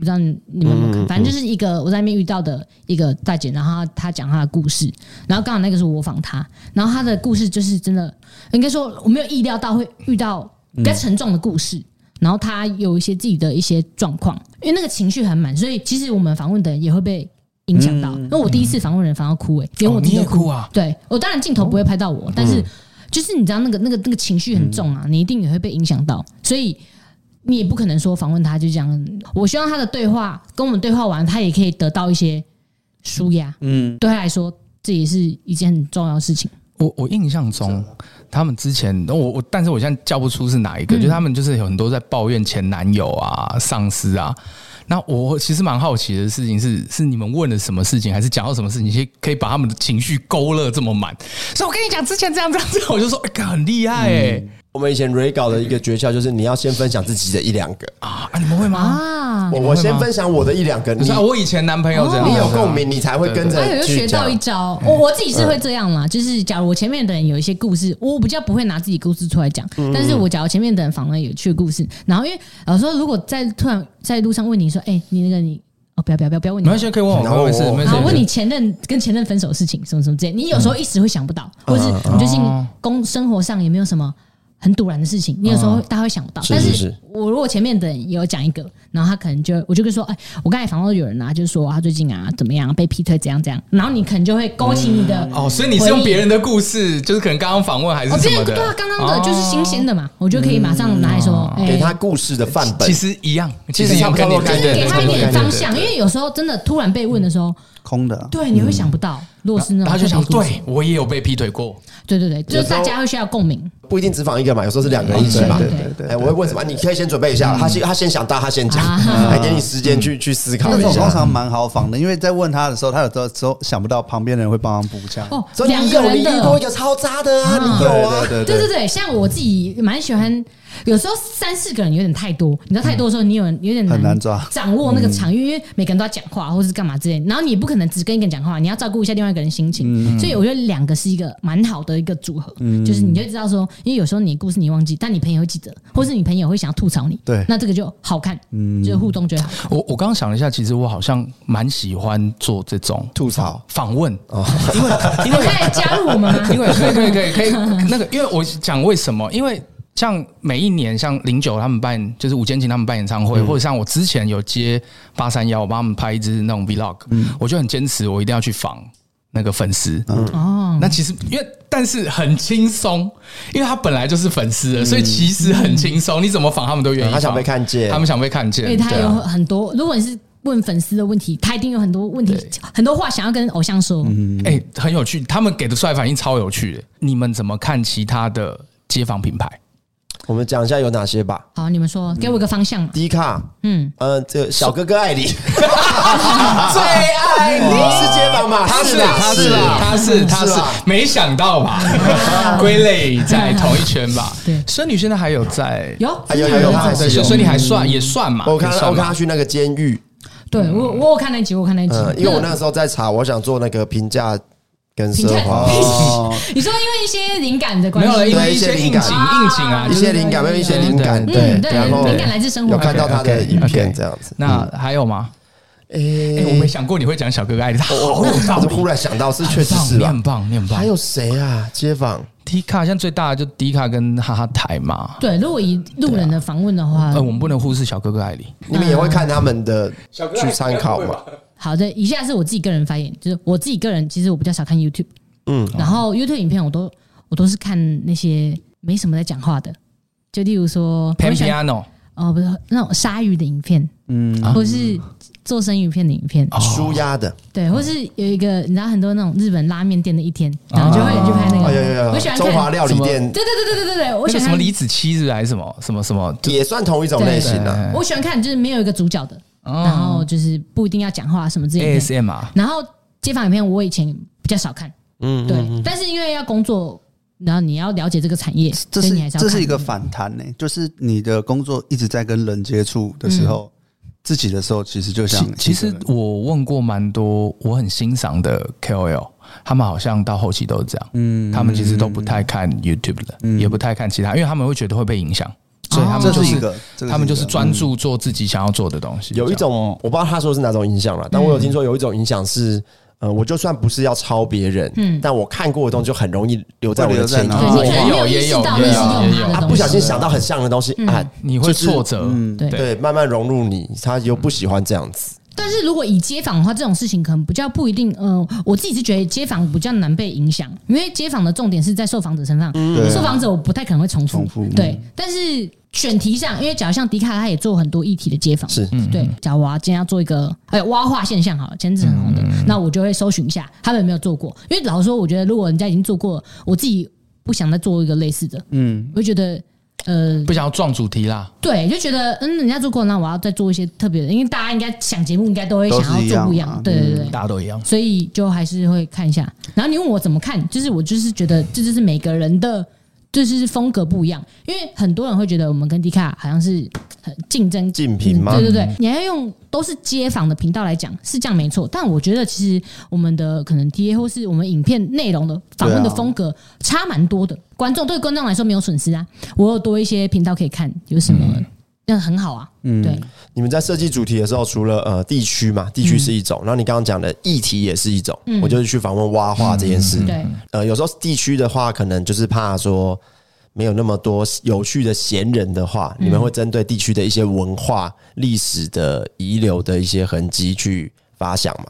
S2: 不知道你你们有没有看，反正就是一个我在那边遇到的一个大姐，然后她她讲她的故事，然后刚好那个是我访她，然后她的故事就是真的，应该说我没有意料到会遇到
S1: 嗯
S2: 比较沉重的故事，然后她有一些自己的一些状况，因为那个情绪很满，所以其实我们访问的人也会被影响到。因为我第一次访问人反而哭、欸，哎，连我自己
S1: 嗯哦
S2: 都
S1: 你也哭啊嗯
S2: 对我当然镜头不会拍到我，但是就是你知道那个那个那个情绪很重啊，你一定也会被影响到，所以。你也不可能说访问他就这样。我希望他的对话跟我们对话完，他也可以得到一些舒压。嗯，对他来说，这也是一件很重要的事情。
S1: 我我印象
S2: 啊
S1: 中，他们之前我我，但是我现在叫不出是哪一
S2: 嗯
S1: 个，就是他们就是有很多在抱怨前男友啊、上司啊。那我其实蛮好奇的事情是，是你们问了什么事情，还是讲到什么事情，先可以把他们的情绪勾勒这么满？所以我跟你讲，之前这样这样这 <laughs> 样，我就说，哎、干很厉害哎、
S2: 嗯
S3: 我们以前 re 搞的一个诀窍就是，你要先分享自己的一两个，
S1: 啊！你们会吗？
S2: 啊，
S3: 我
S1: 你会吗
S3: 我先分享我的一两个，
S1: 不
S3: 你
S1: 是、啊，我以前男朋友这
S2: 哦
S1: 样，
S3: 你有共鸣，你才会跟
S2: 哎，有
S3: 着
S2: 又学
S3: 去
S2: 到
S3: 讲
S2: 一。招。我我自己
S1: 嗯
S2: 是会这样啦，就是假如我前面的人有一些故事，我比较不会拿自己故事出来讲，
S1: 嗯
S2: 但是我假如前面的人访问有趣的故事，然后因为老实说，如果在突然在路上问你说，哎，你那个你哦，不要不要不要不要问
S1: 没
S2: 你
S1: 关。系，可以问我，
S3: 然后
S1: 没事
S3: 我
S1: 没事。
S2: 好，问
S1: 没事
S2: 你前任跟前任分手的事情什么什么之类，你有
S3: 嗯
S2: 时候一时会想不到，或是你最近
S1: 哦
S2: 工生活上也没有什么很突然的事情，你有时候大家会想不到。
S3: 嗯是
S2: 但
S3: 是
S2: 是
S3: 是
S2: 我如果前面的人也有讲一个，然后他可能就我就会说，哎，我刚才访问到有人啊，就说他最近啊怎么样被劈腿怎样怎样，然后你可能就会勾起你的
S1: 哦，所以你是用
S2: 回忆
S1: 别人的故事，就是可能刚刚访问还是
S2: 哦，
S1: 什
S2: 这
S1: 么的？
S2: 个对啊，刚刚的
S1: 哦嗯
S2: 就是新鲜的嘛，我就可以马上拿来说，哎，
S3: 给他故事的范本
S1: 其，实一样，
S3: 其实
S1: 一样
S3: 差
S1: 跟
S3: 不
S1: 你
S3: 多概
S2: 就是
S3: 念
S2: 给他一点方向，
S1: 对
S2: 因
S1: 对对对
S2: 为有时候真的突然被问的时候，
S4: 空的啊，
S2: 对，
S3: 嗯
S2: 你会想不到，如果是那
S1: 然
S2: 种
S1: 后就想，
S2: 特别故事
S1: 对我也有被劈腿过，
S2: 对对对，就
S3: 有
S2: 是
S3: 时候
S2: 大家会需要共鸣。
S3: 不一定只访一个嘛，有时候是两个人一起嘛。
S2: 对
S4: 对对
S3: 哎，我会问什么？你可以先准备一下，他先他先想到，他先讲，
S2: 啊
S3: 还给你时间去去思考
S2: 哦
S4: 那
S3: 一
S4: 种通
S3: 下。
S4: 常蛮好仿的，因为在问他的时候，他有的时候想不到旁边的人会帮忙补枪。
S2: 哦
S3: 啊所，以
S2: 两
S3: 你
S2: 个
S3: 有你
S2: 人
S3: 遇过一
S2: 的。
S3: 个超渣的啊，你
S4: 对
S3: 有啊？
S4: 对对
S2: 对对
S4: 对，
S2: 对，像我自己蛮喜欢，有时候三四个人有点太多，你知道太多的时候，你有有点
S4: 很难抓
S2: 掌握那个场域，因为每个人都要讲话或是干嘛之类，然后你也不可能只跟一个人讲话，你要照顾一下另外一个人心
S3: 嗯
S2: 情，所以我觉得两个是一个蛮好的一个组合，就是你就知道说，因为有时候你的故事你忘记，但你朋友会记得，或是你朋友会想要吐槽你，
S4: 对
S2: 那这个就好看，
S3: 嗯
S2: 就是互动就
S3: <laughs>
S2: 好。
S1: 我我刚刚想了一下，其实我好像蛮喜欢做这种
S3: 吐槽
S1: 访问，
S2: 你们可以加入我们吗？
S1: 因为 <laughs> 可以可以可以可以那个，因为我讲为什么，因为。像每一年，像零九他们办，就是吴建琴他们办演唱
S3: 嗯
S1: 会，或者像我之前有接八三幺，我帮他们拍一支那种
S3: 嗯
S1: vlog，、我就很坚持，我一定要去访那个粉丝。
S3: 嗯
S2: 哦，
S1: 那其实因为但是很轻松，因为他本来就是粉丝了，所以其实很轻松，你怎么仿他们都愿意仿。
S3: 嗯他想被看见
S1: 他们想被看见，
S2: 因为他
S1: 对
S2: 有
S1: 啊
S2: 很多，如果你是问粉丝的问题，他一定有很多问题，很多话想要跟偶像说。
S3: 嗯
S1: 哎、很有趣，他们给的出来反应超有趣的。你们怎么看其他的街坊品牌？
S3: 我们讲一下有哪些吧。
S2: 好，你们说，给我一个方向嘛。
S3: 迪卡，
S2: 嗯，
S3: 呃，这个小哥哥爱你，
S1: 最爱
S2: 哎
S1: 你
S3: 是街坊吧？
S1: 他是
S2: 啊
S3: 啦嗯
S1: 他是啊他是他
S3: 是
S1: 是
S3: 吧，
S1: 没想到
S3: <laughs>
S1: 吧？归类在同一圈吧。
S2: 对
S1: 孙女现在还有在，
S2: 有，
S3: 哎有有
S1: 还
S3: 有
S1: 在，
S3: 有
S1: 对，所以孙女还算也算嘛，
S3: 我看
S1: 也
S3: 他
S1: 算
S3: 我看
S1: 嘛
S3: 他去那个监狱，
S2: 对我我有看那一集，我有看那一集
S3: 嗯，，因为我
S2: 个
S3: 那时候在查，我想做那个评价跟奢华，
S4: 哦，
S2: <laughs> 你说因为一些灵感的关
S1: 没
S2: 系，
S1: 有了，因为
S3: 对
S1: 一
S3: 一些
S1: 些应景
S3: 灵
S1: 应景
S3: 感
S1: 啊，
S3: 一
S1: 就是
S3: 些灵感，没有一些灵感，
S1: 对
S3: 对
S2: 嗯，对
S3: 然后
S2: 灵感来自生活
S3: 有看到他的
S1: OK，OK，
S3: 影片这样子。嗯
S1: 那还有吗？哎，我没想过你会讲小哥哥爱你，他 <laughs> 好
S3: 我
S1: 有道
S3: 哦我
S1: 理，
S3: 忽然想到，是确实是啊
S1: 你
S3: 吧
S1: 很？棒，你很棒。
S3: 还有谁啊？街坊
S1: D 卡，现在最大的就 D 卡跟哈哈台嘛。
S2: 对，如果以路人的访问的
S3: 嗯
S2: 话
S1: 呃，，我们不能忽视小哥哥艾莉。
S3: 你们也会看他们的
S1: 嗯
S3: 去参考嘛？
S2: 好的，以下是我自己个人发言，就是我自己个人，其实我比较少看 YouTube，嗯，然后 YouTube 影片我都我都是看那些没什么在讲话的，就例如说
S1: p a
S2: 我
S1: n
S2: 喜欢
S1: Piano
S2: 哦，不是那种鲨鱼的影片，嗯，
S1: 啊
S2: 或是做生鱼片的影
S1: 哦
S2: 片，
S3: 舒压的，
S2: 对，或是有一个你知道很多那种日本拉面店的一天，
S1: 啊
S2: 然后就会有人去拍那
S1: 哦
S3: 哎呀
S2: 个，
S3: 呀
S2: 我喜
S3: 呀！
S2: 欢
S3: 中华
S2: 看，
S3: 料理店
S2: 对对对对对对对，我
S1: 那
S2: 喜
S1: 个
S2: 欢
S1: 什么
S2: 看
S1: 李子柒是不是还是什么什么什么？呃
S3: 也算同一种类型啊。
S2: 我喜欢看就是没有一个主角的，
S1: 哦
S2: 然后就是不一定要讲话什么之类的。
S1: ASM 啊，
S2: 然后街访影片我以前比较少看，
S3: 嗯，
S2: 对，但是因为要工作，然后你要了解这个产业，
S4: 这
S2: 所以你
S4: 是
S2: 还是要
S4: 这
S2: 看
S4: 是一个反弹呢、就是你的工作一直在跟人接触的时候，
S2: 嗯
S4: 自己的时候其实就像
S1: 其其实我问过蛮多我很欣赏的 KOL，他们好像到后期都是这样，嗯，他们其实都不太看 YouTube 的，也不太看其他，因为他们会觉得会被影响，所以他
S4: 这
S1: 们就是
S4: 一
S1: 是
S4: 个，这个
S1: 他们就是
S4: 一个
S1: 专注做自己想要做的东西。
S3: 嗯有一
S1: 这样
S3: 种我不知道他说的是哪种影响了，但我有听说有一种影响是，呃，我就算不是要抄别人，
S2: 嗯
S3: 但我看过的东西就很容易留在我的潜意
S4: 对
S2: 对你可能
S3: 识，
S2: 没
S1: 有
S2: 意识到
S1: 哦也
S2: 你
S1: 有
S2: 是用
S1: 也有
S2: 它的
S3: 他
S2: 东西，
S3: 啊不小心想到很像的东西
S2: 嗯
S3: 啊，
S1: 你会挫折，
S4: 嗯
S2: 对。
S3: 对，慢慢融入你，他又不喜欢这样子，
S2: 但是如果以街访的话，这种事情可能比较不一定。呃，我自己是觉得街访比较难被影响，因为街访的重点是在受访者身上，
S4: 对啊
S2: 受访者我不太可能会重复。
S4: 重复嗯
S2: 对，但是选题上，因为假如像迪卡他也做很多议题的街访，
S3: 是
S4: 嗯
S2: 对。假如我要今天要做一个，哎，挖化现象好了，前阵子很红的，那我就会搜寻一下他们有没有做过。因为老实说，我觉得如果人家已经做过，我自己不想再做一个类似的，嗯，我就觉得。呃，
S1: 不想要撞主题啦。
S2: 对，就觉得嗯，人家做过，那我要再做一些特别的，因为大家应该想节目，应该都会
S4: 都
S2: 想
S4: 是
S2: 要做不一
S4: 一
S2: 样
S4: 样啊嗯
S2: 的，
S4: 嘛
S2: 对对对。
S1: 大家都一样，
S2: 所以就还是会看一下，然后你问我怎么看，就是我就是觉得这就是每个人的就是风格不一样，因为很多人会觉得我们跟迪卡好像是很竞争
S3: 竞品吗
S2: 对对对，你还要用都是街访的频道来讲是这样没错，但我觉得其实我们的可能 T A 或是我们影片内容的访问的
S4: 对啊
S2: 风格差蛮多的，观众对观众来说没有损失啊，我有多一些频道可以看，有什么
S3: 嗯
S2: 那很好啊，对，
S3: 你们在设计主题的时候，除了呃地区嘛，地
S2: 嗯
S3: 区是一种，然后你刚刚讲的议题也是一种，我就是去访问挖话这件事。
S2: 对
S3: 呃，有时候地区的话，可能就是怕说没有那么多有趣的闲人的话，
S1: 嗯
S3: 你们会针对地区的一些文化、历史的遗留的一些痕迹去发想嘛？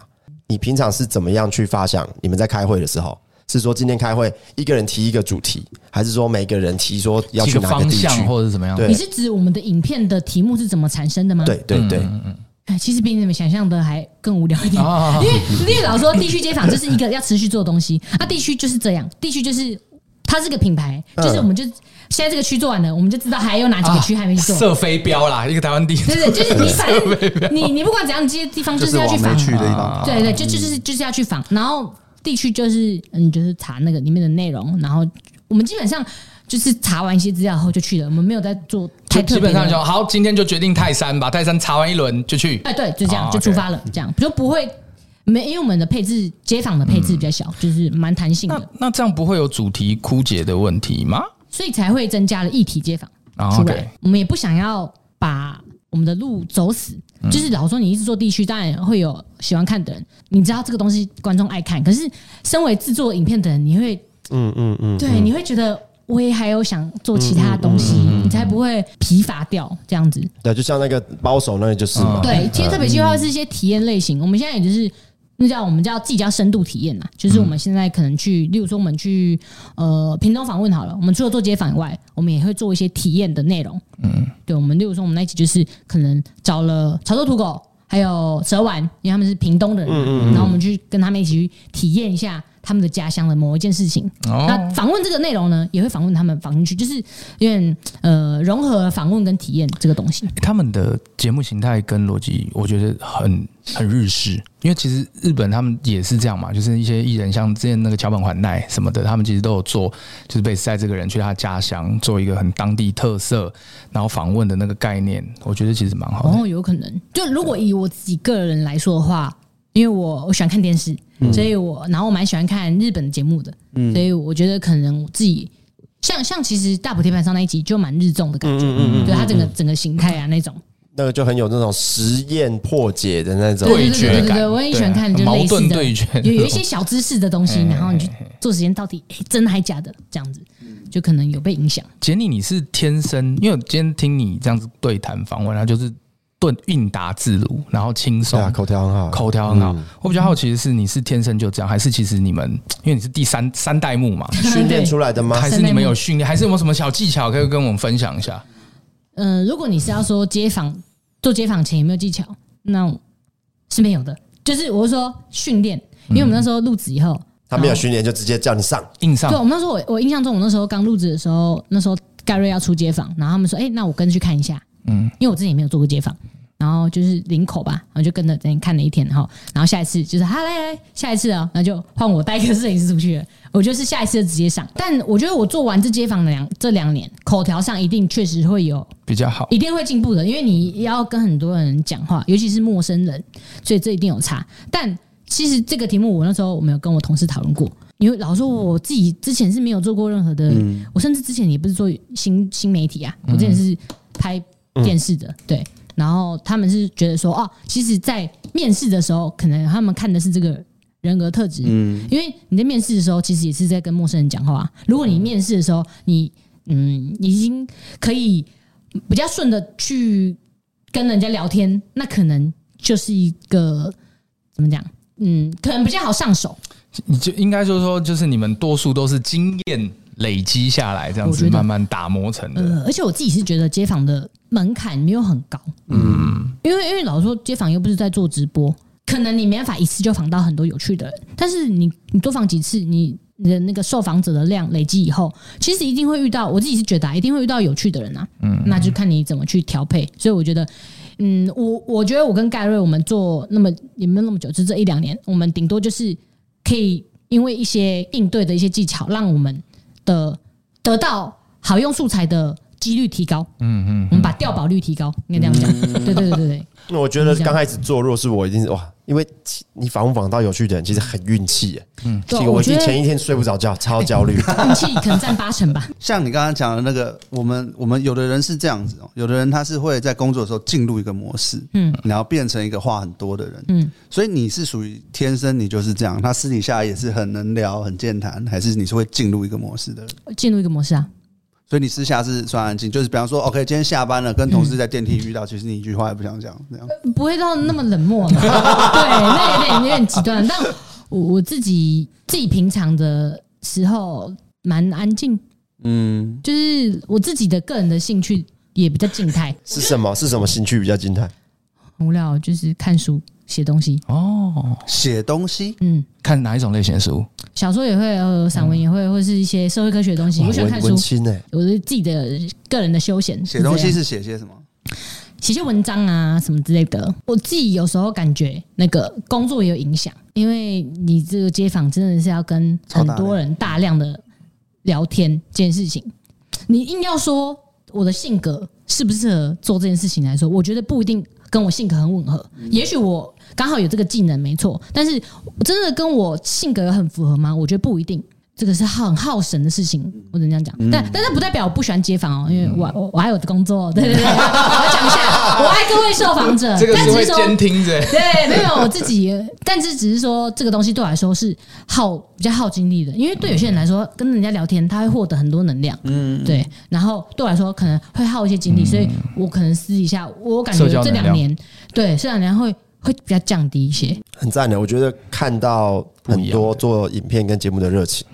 S3: 你平常是怎么样去发想？你们在开会的时候？是说今天开会，一个人提一个主题，还是说每个人提说要
S1: 几
S3: 去
S1: 个
S3: 哪
S1: 方
S3: 地
S1: 向
S3: 区？
S1: 或者怎么样？
S3: 对
S2: 你是指我们的影片的题目是怎么产生的吗？
S3: 对对对，
S1: 嗯
S2: 哎，其实比你们想象的还更无聊一点，
S3: 哦
S1: 啊
S2: <laughs> 因为因为老实说地区街访就是一个要持续做的东西，啊，地区就是这样，地区就是它是个品牌，
S1: 嗯
S2: 就是我们就现在这个区做完了，我们就知道还有哪
S1: 啊
S2: 几个区还没去
S1: <laughs>
S2: 做。
S1: 射飞镖啦，一个台湾地
S2: 对对，就是你反正你 <laughs> 你不管怎样，你这些地方
S4: 就
S2: 就是是要去
S4: 往
S2: 访
S1: <laughs>
S4: 没，去的地方，
S2: 对对，就就就是就是要去访，然后地区就是嗯，就是查那个里面的内容，然后我们基本上就是查完一些资料后就去了，我们没有在做
S1: 就
S2: 太特
S1: 基
S2: 别
S1: 本上就
S2: 的。
S1: 好，今天就决定泰山吧，泰山查完一轮就去。
S2: 哎，对，就这样
S1: 哦
S2: 就
S1: OK
S2: 出发了，这样就不会没，因为我们的配置街访的配
S1: 嗯
S2: 置比较小，就是蛮弹性
S1: 那
S2: 的，
S1: 那这样不会有主题枯竭的问题吗？
S2: 所以才会增加了议题街访
S1: 哦
S2: 出
S1: OK
S2: 来。我们也不想要把我们的路走死，
S1: 嗯
S2: 就是老实说你一直做地区，当然会有喜欢看的人，你知道这个东西观众爱看，可是身为制作影片的人，你会
S3: 嗯嗯嗯，
S2: 对，你会觉得我也还有想做其他东
S1: 嗯
S2: 西，你才不会疲乏掉这样子。
S3: 对，就像那个包手那里就是嘛，
S1: 嗯
S2: 对，其实特别计划是一些体验类型，我们现在也就是。那叫我们叫自己叫深度体验呐，就是我们现在可能去，例如说我们去呃屏东访问好了，我们除了做街访以外，我们也会做一些体验的内容。嗯，对，我们例如说我们那一期就是可能找了潮州土狗还有蛇丸，因为他们是屏东的人嘛，然后我们去跟他们一起去体验一下他们的家乡的某一件事情。
S1: 哦
S2: 那访问这个内容呢，也会访问他们访进去，就是有点呃融合了访问跟体验这个东西。
S1: 他们的节目形态跟逻辑，我觉得很很日式，因为其实日本他们也是这样嘛，就是一些艺人像之前那个桥本环奈什么的，他们其实都有做，就是被塞这个人去他家乡做一个很当地特色，然后访问的那个概念，我觉得其实蛮好的。
S2: 哦，有可能。就如果以我自己个人来说的话，因为我我喜欢看电视，
S3: 嗯
S2: 所以我然后我蛮喜欢看日本的节目的，所以我觉得可能我自己像像其实大埔铁板上那一集就蛮日综的
S3: 嗯
S2: 感觉，对它整个整个形态啊那种。
S3: 那个就很有那种实验破解的那种。
S1: 对决
S2: 对对对对
S1: 感，
S2: 对我也喜欢看就
S1: 矛
S2: 类似
S1: 盾
S2: 的
S1: 对决，
S2: 有有一些小知识的东西，
S3: 嗯
S2: 然后你去做实验，到底、诶真的还假的这样子，就可能有被影响。
S1: 杰尼，你是天生，因为我今天听你这样子对谈访问，然后就是顿韵达自如，然后轻松
S3: 对，啊，口条很好，
S1: 口条很好。我比较好奇的是，你是天生就这样，还是其实你们因为你是第三三代目嘛，
S3: 训练出来的吗
S1: 还？是你们有训练，还是有没有什么小技巧可以跟我们分享一下？
S2: 嗯、如果你是要说街访做街访前有没有技巧，那是没有的。就是我是说训练，因为我们那时候入职以后，
S3: 他没有训练就直接叫你上，
S1: 硬
S2: 对，我
S1: 上
S2: 们那时候我我印象中，我那时候刚入职的时候，那时候盖瑞要出街访，然后他们说，哎、那我跟去看一下，嗯，因为我之前也没有做过街访，然后就是领口吧，然后就跟着在那看了一天，然后然后下一次就是哈来来，下一次啊，那就换我带一个摄影师出去了，我就是下一次就直接上，但我觉得我做完这街访的两这两年，口条上一定确实会有
S1: 比较好。
S2: 一定会进步的，因为你要跟很多人讲话，尤其是陌生人，所以这一定有差。但其实这个题目，我那时候我没有跟我同事讨论过，因为老实说我自己之前是没有做过任何的，我甚至之前也不是做新新媒体啊，我之前是拍电视的，对。然后他们是觉得说，哦，其实，在面试的时候，可能他们看的是这个人格特质，因为你在面试的时候，其实也是在跟陌生人讲话啊。如果你面试的时候，你嗯已经可以比较顺的去跟人家聊天，那可能就是一个怎么讲？嗯，可能比较好上手。
S1: 你就应该就是说，就是你们多数都是经验累积下来，这样
S2: 我
S1: 子
S2: 觉得
S1: 慢慢打磨成的。
S2: 呃，而且我自己是觉得街访的门槛没有很高，嗯，因为因为老实说街访又不是在做直播，可能你没办法一次就访到很多有趣的人，但是你你多访几次，你你的那个受访者的量累积以后，其实一定会遇到，我自己是觉得、啊、一定会遇到有趣的人啊，嗯，那就看你怎么去调配。所以我觉得，嗯，我我觉得我跟盖瑞我们做那么也没有那么久，就这一两年，我们顶多就是可以因为一些应对的一些技巧，让我们的得到好用素材的几率提高。嗯嗯，我们把调保率提高，应该这样
S3: 嗯
S2: 讲。对对对对对，
S3: 那我觉
S2: 嗯
S3: 得刚开始做，若是我一定是哇，因为其你访问访到有趣的人，其实很运气耶。嗯，
S2: 对
S3: 我
S2: 我
S3: 已
S2: 觉
S3: 经
S2: 得
S3: 前一天睡不着觉，超焦虑。 <laughs>
S2: 运气可能占八成吧。
S4: 像你刚刚讲的那个，我们我们有的人是这样子哦，有的人他是会在工作的时候进入一个模式，
S2: 嗯，
S4: 然后变成一个话很多的人，
S2: 嗯，
S4: 所以你是属于天生你就是这样，他私底下也是很能聊、很健谈，还是你是会进入一个模式的人？
S2: 进入一个模式啊，
S4: 所以你私下是算安静，就是比方说，OK，今天下班了，
S2: 嗯
S4: 跟同事在电梯遇到，其实你一句话也不想讲，这样。
S2: 不会到那么冷漠
S3: <laughs>
S2: 嘛。对，那有点有点极端。但我我自己自己平常的时候蛮安静，
S4: 嗯，
S2: 就是我自己的个人的兴趣也比较静态，
S3: 是什么？是什么兴趣比较精彩？
S2: 很无聊就是看书、写东西。
S1: 哦，
S4: 写东西，
S2: 嗯，
S1: 看哪一种类型的书？
S2: 小说也会，呃，散文也会，或是一些社会科学的东西。我喜欢看书
S3: 文文，青哎，
S2: 我是自己的个人的休闲。
S4: 写东
S2: 这
S4: 西
S2: 样
S4: 是写些什么？
S2: 写些文章啊什么之类的。我自己有时候感觉那个工作也有影响，因为你这个街访真的是要跟很多人大量的聊天这件事情，你硬要说我的性格适不适合做这件事情来说，我觉得不一定跟我性格很吻合。
S1: 嗯
S2: 也许我刚好有这个技能没错，但是真的跟我性格很符合吗？我觉得不一定。这个是很耗神的事情，
S1: 嗯
S2: 我只能这样讲。但但是不代表我不喜欢街访哦，因为我我我还有工作，对对对，我要讲一下，我爱各位受访者。
S1: <laughs> 这个
S2: 但
S1: 是
S2: 只
S1: 会
S2: 说
S1: 监听着。
S2: 对，没有我自己，但是只是说这个东西对我来说是耗比较耗精力的，因为对有些人来说，跟人家聊天他会获得很多能量，嗯，对，然后对我来说可
S3: 嗯
S2: 能会耗一些精力，所以我可能私底下我感觉
S1: 社交
S2: 这
S1: 能量
S2: 两年对这两年会会比较降低一些。
S3: 很赞的。我觉得看到很多做影片跟节目的热情，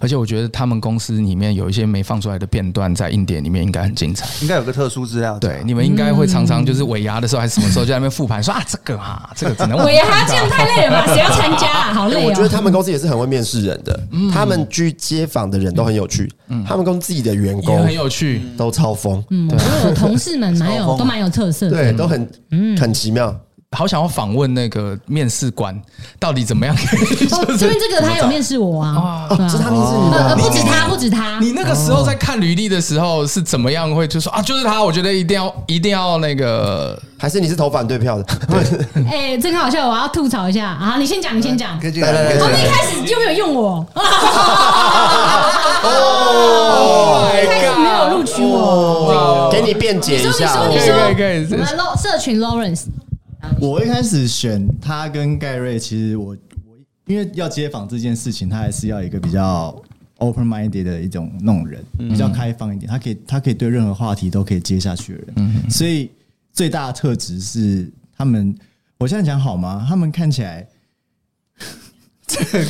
S1: 而且我觉得他们公司里面有一些没放出来的片段，在硬碟里面应该很精彩。
S4: 应该有个特殊资料。
S1: 对，你们应该会常常就是尾牙的时候还是什么时候，就在那边复盘说啊，这个啊，这个只能
S2: 我哦也他这样太累了吧？谁要参加啊？好累
S3: 哦我觉得
S2: 哦！
S3: 他们公司也是很会面试人的，
S2: 嗯
S3: 他们去街访的人都很有趣，他们公司自己的员
S1: 也
S3: 工
S1: 很有趣。
S3: 都超疯，
S2: 嗯，我有同事们蛮
S4: 超疯
S2: 有
S4: 啊
S2: 都蛮有特色的，
S3: 对，都很
S2: 嗯
S3: 很奇妙。
S1: 好想要访问那个面试官到底怎么样？
S2: 哦，
S1: 就
S2: 这
S1: 是
S2: 边这个他有面试我啊，对啊
S3: 哦是他面试你
S2: 呃呃
S3: 的，
S2: 不止他，不止他，
S1: 你那个时候在看履历的时候是怎么样？会就说啊，就是他，我觉得一定要一定要那个
S3: 还是你是投反对票的？
S2: 哎，这个好笑，我要吐槽一下啊！你先讲，你先讲。
S4: 可以
S2: 从
S4: 进来，
S3: 来来来
S4: 可以
S3: 来
S4: 进
S2: 一
S4: 来
S2: 开始就没有用我，
S1: 哦
S2: 一开始没有录取我。
S3: 哦给你辩解
S2: 你说，
S3: 一
S2: 你
S3: 下。
S2: 哦说，你
S1: 可以可以
S2: 说，我们 Lo- 社群 Lawrence
S5: 我一开始选他跟盖瑞，其实我我因为要街访这件事情，他还是要一个比较 open minded 的一种那种人，比较开放一点，他可以他可以对任何话题都可以接下去的人，所以最大的特质是他们，我现在讲好吗？他们看起来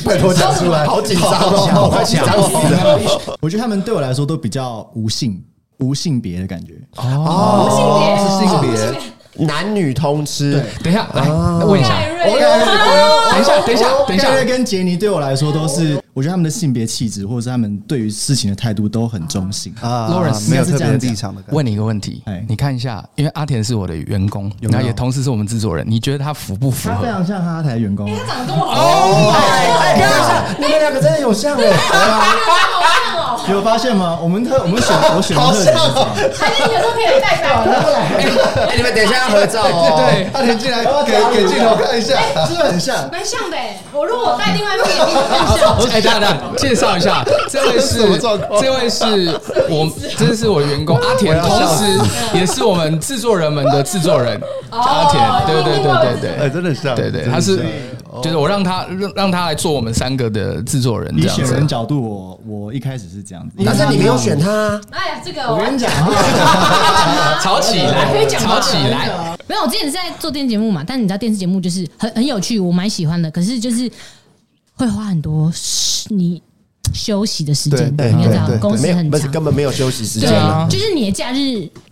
S3: 拜托讲出来，好紧张哦，快紧张死了。
S5: 我觉得他们对我来说都比较无性无性别的感觉，
S4: 性别
S3: 男女通吃
S1: 等
S5: 对，
S1: 一下来问一下，
S2: 盖哎瑞，
S1: 等一下等一下等一下
S5: 盖，瑞跟杰尼对我来说都是，我觉得他们的性别气质或者是他们对于事情的态度都很中性
S4: 啊
S5: Lawrence，
S4: 没有
S5: 是
S4: 特
S5: 这
S4: 别
S5: 样
S4: 的
S5: 讲
S4: 立场的感觉。
S1: 问你一个问题
S5: 哎，
S1: 你看一下，因为阿田是我的员工，
S5: 有没有哦
S1: 然后也同时是我们制作人，你觉得他符不符
S5: 他非
S1: 合？
S5: 常像哈台员工，
S2: 他长得跟我
S1: Oh
S2: 好
S3: 哎，等一下，你们两个真的有像哎，
S2: 像哦，
S5: <laughs> 有发现吗？我们特我
S3: <laughs>
S5: 们选我选的特质是这样，
S2: 还是你有时候可以代表的。
S3: 你们等一下要合照哦。哎
S1: 对，
S5: 阿田进来给给镜头看一下，真的很像。
S2: 蛮像的、欸，我如果我戴另外一副眼镜，更像。
S1: 哎，等一下等一下，介绍一下，这位是这位是我，这是我员工阿田，同时也是我们制作人们的制作人阿田，对对对对对。
S4: 哎，真的像，
S1: 对对，他是就是我让他让让他来做我们三个的制作人
S5: 以
S1: 这样
S5: 选人
S1: 子。
S5: 角度，我我一开始是这样子，
S3: 但是你没有选他，
S2: 哎呀，这个
S5: 我跟你讲，
S1: 啊
S2: <laughs>
S1: 吵起
S2: 可以
S1: 来，
S2: 讲
S1: 吵起来，
S2: 没有，我之前是在做电视节目嘛，但你知道电视节目就是很很有趣，我蛮喜欢的，可是就是会花很多时你休息的时间，
S4: 对
S2: 你要知道
S4: 对对
S2: 公司
S3: 没有，
S2: 很
S3: 不是
S2: 长。
S3: 根本没有休息时
S2: 对
S3: 间啊。，
S2: 就是你的假日，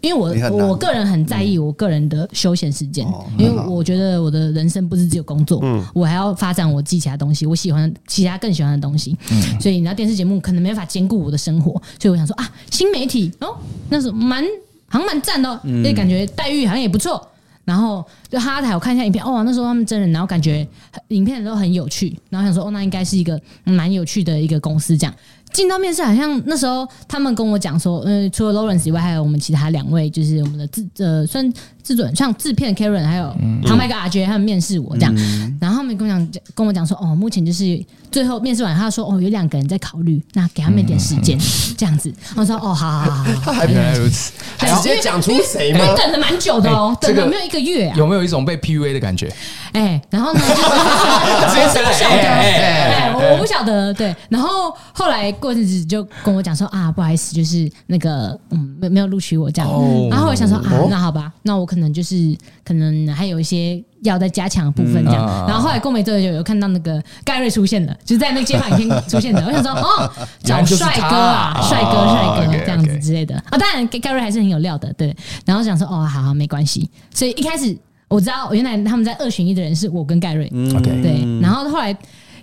S2: 因为我
S4: 你很难
S2: 我个人很在意我个人的休闲时间
S4: 哦，
S2: 因为我觉得我的人生不是只有工作，我还要发展我自己其他东西，我喜欢其他更喜欢的东西，所以你知道电视节目可能没办法兼顾我的生活，所以我想说啊，新媒体哦，那时候蛮好像蛮赞的哦，也感觉待遇好像也不错。然后就哈台，我看一下影片，哦，那时候他们真人，然后感觉影片都很有趣，然后想说，哦，那应该是一个蛮有趣的一个公司这样。进到面试，好像那时候他们跟我讲说，嗯、除了 Lawrence 以外，还有我们其他两位，就是我们的制呃，算制作人，像制片 Karen 还有
S1: 嗯
S2: 旁白个 RJ，他们面试我这样，然后他们跟我讲跟我讲说，哦，目前就是最后面试完，他说哦，有两个人在考虑，那给他们一点时
S1: 嗯
S2: 间、这样子。我说哦，好好好好好，
S1: 原来如此。
S2: 对
S3: 直接讲出谁
S2: 因为
S3: 吗？
S2: 等了蛮久的哦，
S1: 哎这
S2: 等
S1: 个
S2: 了没有一个月啊。
S1: 有没有一种被 PUA 的感觉？
S2: 哎、然后呢，就是我是不
S1: <laughs>
S2: 晓得，
S1: 哎哎
S2: 哎、
S1: 哎
S2: 我我不晓得，对。然后后来过日子就跟我讲说啊，不好意思，就是那个嗯，没没有录取我这样。
S1: 哦
S2: 然后我想说啊，那好吧，那我可能就是可能还有一些要再加强的部分这样。
S1: 嗯啊
S2: 然后后来过没多久有看到那个盖瑞出现了，就是在那个街访影片出现的。我想说哦，
S1: 原来
S2: 找
S1: 就是
S2: 帅
S1: 他
S2: 哥啊，帅哥
S1: 哦
S2: 帅哥
S1: OK，
S2: 这样子
S1: OK
S2: 之类的啊。当然，盖盖瑞还是很有料的，对。然后想说哦，好好没关系。所以一开始我知道原来他们在二选一的人是我跟盖瑞，
S1: OK
S2: 对。然后后来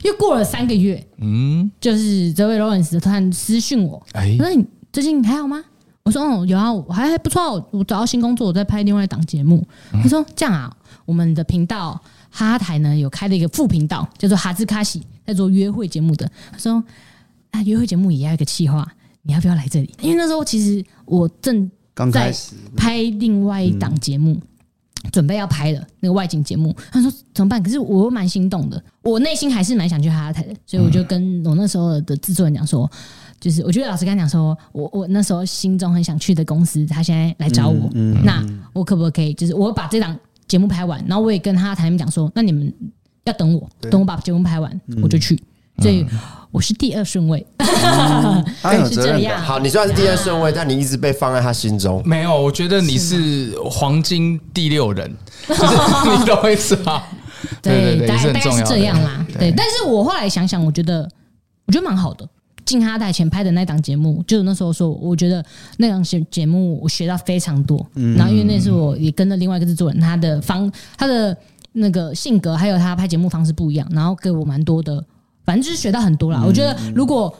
S2: 又过了三个月，
S1: 嗯，
S2: 就是这位 Lawrence 突然私讯我，
S1: 哎
S2: 我，说你最近还好吗？我说哦有啊，我还还不错啊，我我找到新工作，我在拍另外一档节目。
S1: 嗯
S2: 他说这样啊，我们的频道哈哈台呢有开了一个副频道，叫做哈兹卡西，在做约会节目的。他说啊，约会节目也要一个企划，你要不要来这里？因为那时候其实我正
S4: 刚开始
S2: 拍另外一档节目，准备要拍的那个外景节目。他说怎么办？可是我又蛮心动的，我内心还是蛮想去哈哈台的，所以我就跟我那时候的制作人讲说。就是我觉得老师刚讲说，我我那时候心中很想去的公司，他现在来找我，
S4: 嗯
S2: 那我可不可以？就是我把这档节
S4: 嗯
S2: 目拍完，然后我也跟哈哈台他们讲说，那你们要等我，等我把节目拍完，我就去。所以我是第二顺位，
S4: 他很有
S2: 是
S4: 责
S2: 这
S4: 任
S2: 样
S4: 感。
S3: 好，你虽然是第二顺位，但你一直被放在他心中。
S1: 没有，我觉得你是黄金第六人，就是你懂我意思吗？对对，也
S2: 大概
S1: 是很
S2: 大概
S1: 重
S2: 是
S1: 要的
S2: 这样啦。对，但是我后来想想，我觉得我觉得蛮好的。进哈台前拍的那档节目，就是那时候说，我觉得那档节节目我学到非常多。
S1: 嗯
S2: 然后因为那是我也跟着另外一个制作人，他的方他的那个性格，还有他拍节目方式不一样，然后给我蛮多的，反正就是学到很多
S1: 嗯
S2: 啦。我觉得如果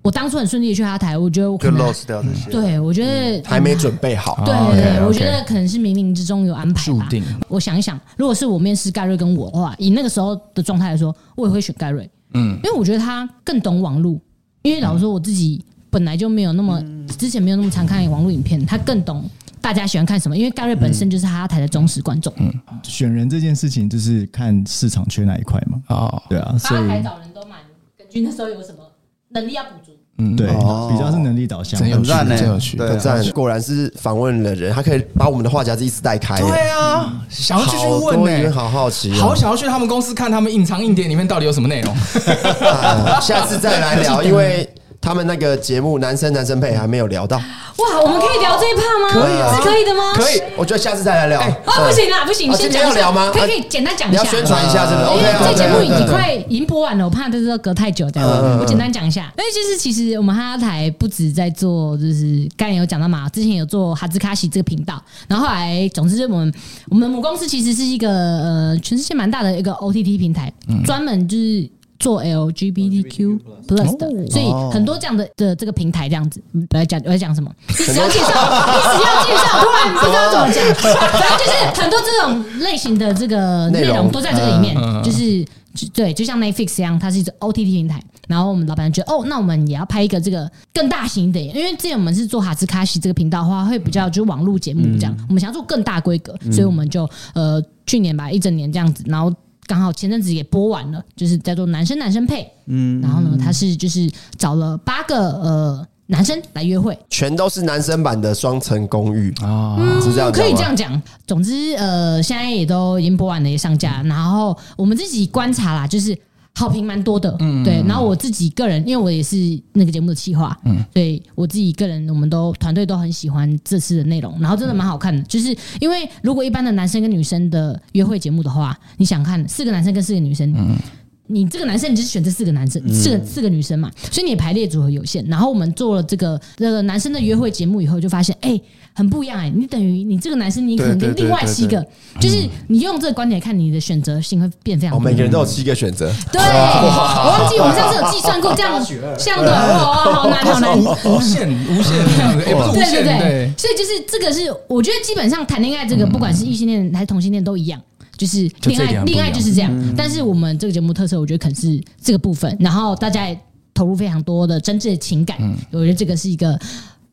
S2: 我当初很顺利地去哈台，我觉得我可
S4: 就
S2: 能
S4: lost 掉这些。
S2: 对我觉得
S3: 嗯还没准备好，
S2: 对
S1: 哦
S2: 对对，
S1: ，OK，OK
S2: 我觉得可能是冥冥之中有安排吧
S1: 注定。
S2: 我想一想，如果是我面试盖瑞跟我的话，以那个时候的状态来说，我也会选盖瑞，
S1: 嗯，
S2: 因为我觉得他更懂网络。因为老实说，我自己本来就没有那么
S3: 嗯
S2: 之前没有那么常看网络影片，他更懂大家喜欢看什么。因为盖瑞本身就是哈哈台的忠实观众，
S3: 嗯
S5: 选人这件事情就是看市场缺哪一块嘛，
S1: <laughs> 哦，
S5: 对啊，所以
S2: 找人都蛮根据那时候有什么能力要补足。
S1: 嗯，
S5: 对
S4: 哦
S5: 比较是能力导向
S1: 真，有
S4: 很
S1: 趣，
S4: 赞欸
S1: 真有趣。
S4: 对
S3: 很赞，果然是访问了人，他可以把我们的话匣子一直带开。
S1: 对啊，想要继续
S3: 好
S1: 问
S3: 多疑问，
S1: 呢，
S3: 好好奇哦。
S1: 好想要去他们公司看他们隐藏硬碟里面到底有什么内 <laughs> 容。
S3: 啊 <laughs> 下次再来聊，因为他们那个节目男生男生配还没有聊到，
S2: 哇，我们可以聊这一趴吗？
S3: 可以啊
S2: 是可以的吗？
S1: 可以
S3: 我觉得下次再来聊。
S2: 啊，不
S3: 嗯
S2: 行啦，不行，
S3: 啊
S2: 先
S3: 今
S2: 讲
S3: 天
S2: 一
S3: 要
S2: 下
S3: 聊吗
S2: 可以
S3: 啊
S2: 可以简单讲一
S3: 你
S2: 下，
S3: 要宣传一下这个
S2: 因为
S3: ，OK，
S2: 这
S3: 好
S2: 节目已
S3: 对对
S2: 经
S3: 对
S2: 快已经播完了，我怕就是隔太久这样。
S3: 嗯嗯嗯
S2: 我简单讲一下，因为就是其实我们哈哈台不止在做，就是刚才有讲到嘛，之前有做哈兹卡西这个频道，然后后来总之我们我们母公司其实是一个呃全世界蛮大的一个 OTT 平台，
S3: 嗯
S2: 专门就是。做 LGBTQ
S3: 哦
S2: plus 的，所以很多这样的的这个平台这样子，嗯我要讲我要
S3: <laughs>
S2: 讲什么？你只要介绍，你只要介绍，突然不知道怎么讲，反正就是很多这种类型的这个内
S3: 内
S2: 容
S3: <laughs> 容
S2: 都在这个里面，就是就对，就像 Netflix 一样，它是一个 OTT 平台。然后我们老板觉得，哦，那我们也要拍一个这个更大型一点，因为之前我们是做哈兹卡西这个频道的话，会比较就是网络节目这样，我们想要做更大规格，所以我们就呃去年吧一整年这样子，然后刚好前阵子也播完了，就是叫做男生男生配，嗯，然后呢，他是就是找了八个呃男生来约会，
S3: 全都是男生版的双层公寓啊，是这样
S2: 哦
S3: 讲吗
S2: 可以这样讲。总之，呃，现在也都已经播完了，也上架。然后我们自己观察啦，就是好评蛮多的，
S3: 嗯
S2: 对。然后我自己个人，因为我也是那个节目的企划，
S3: 嗯
S2: 所以我自己个人，我们都团队都很喜欢这次的内容，然后真的蛮好看的。就是因为如果一般的男生跟女生的约会节目的话，你想看四个男生跟四个女生，
S3: 嗯
S2: 你这个男生，你就是选这四个男
S4: 嗯
S2: 生，四个四个女生嘛，所以你的排列组合有限。然后我们做了这个这个男生的约会节目以后，就发现哎、很不一样哎、你等于你这个男生，你可能
S4: 对
S2: 跟
S4: 对对嗯
S2: 另外七个，就是你用这个观点看，你的选择性会变非常
S3: 哦，
S2: 多
S3: 每。个人都有七个选择，
S2: 对，我忘记我们上次有计算过这样这样的，哇，好难好难。
S1: 无限无限这 <laughs> 样子，欸也不是无
S2: 对对
S1: 限，
S2: 对
S1: 对，，
S2: 所以就是这个是，我觉得基本上谈恋爱这个，不管是异性恋还是同性恋都一样，就是
S1: 嗯就
S2: 恋
S1: 这一点
S2: 爱
S1: 很不一
S2: 恋
S1: 样嗯
S2: 爱就是这样。但是我们这个节目特色，我觉得可能是这个部分，然后大家也投入非常多的真挚的情感，
S1: 嗯
S2: 我觉得这个是一个。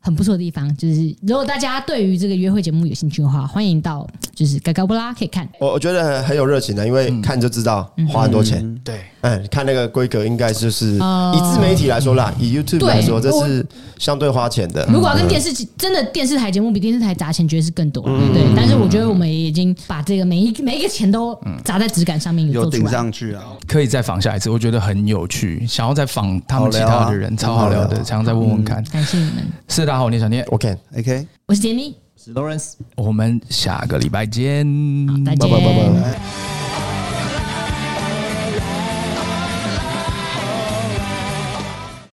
S2: 很不错的地方，就是如果大家对于这个约会节目有兴趣的话，欢迎到就是嘎嘎布拉可以看。
S1: 嗯
S3: 我我觉得很有热情的，啊因为看就知道花很多钱。
S1: 对，
S3: 嗯，看那个规格应该就是
S2: 哦
S3: 以自媒体来说啦，以 YouTube
S2: 对
S3: 来说，这
S2: 我
S3: 是相对花钱的。嗯
S2: 如果要跟电视剧真的电视台节目比电视台砸钱，绝对是更多了。
S1: 嗯
S2: 对，但是我觉得我们也已经把这个每一每一个钱都
S1: 嗯
S2: 砸在质感上面，
S4: 有
S2: 做出
S4: 顶
S2: 来。
S4: 上去啊！
S1: 可以再访下一次，我觉得很有趣，想要再访他们其他的人，
S4: 好聊
S1: 超
S4: 啊
S1: 好聊的，想要再问问看。
S2: 感谢你们，
S1: 是大家好，我是小念，
S3: 我 k
S4: OK，
S2: 我是杰尼，
S5: 史 Lawrence。
S1: 我们下个礼拜见，
S2: 好，再见。
S4: 拜拜。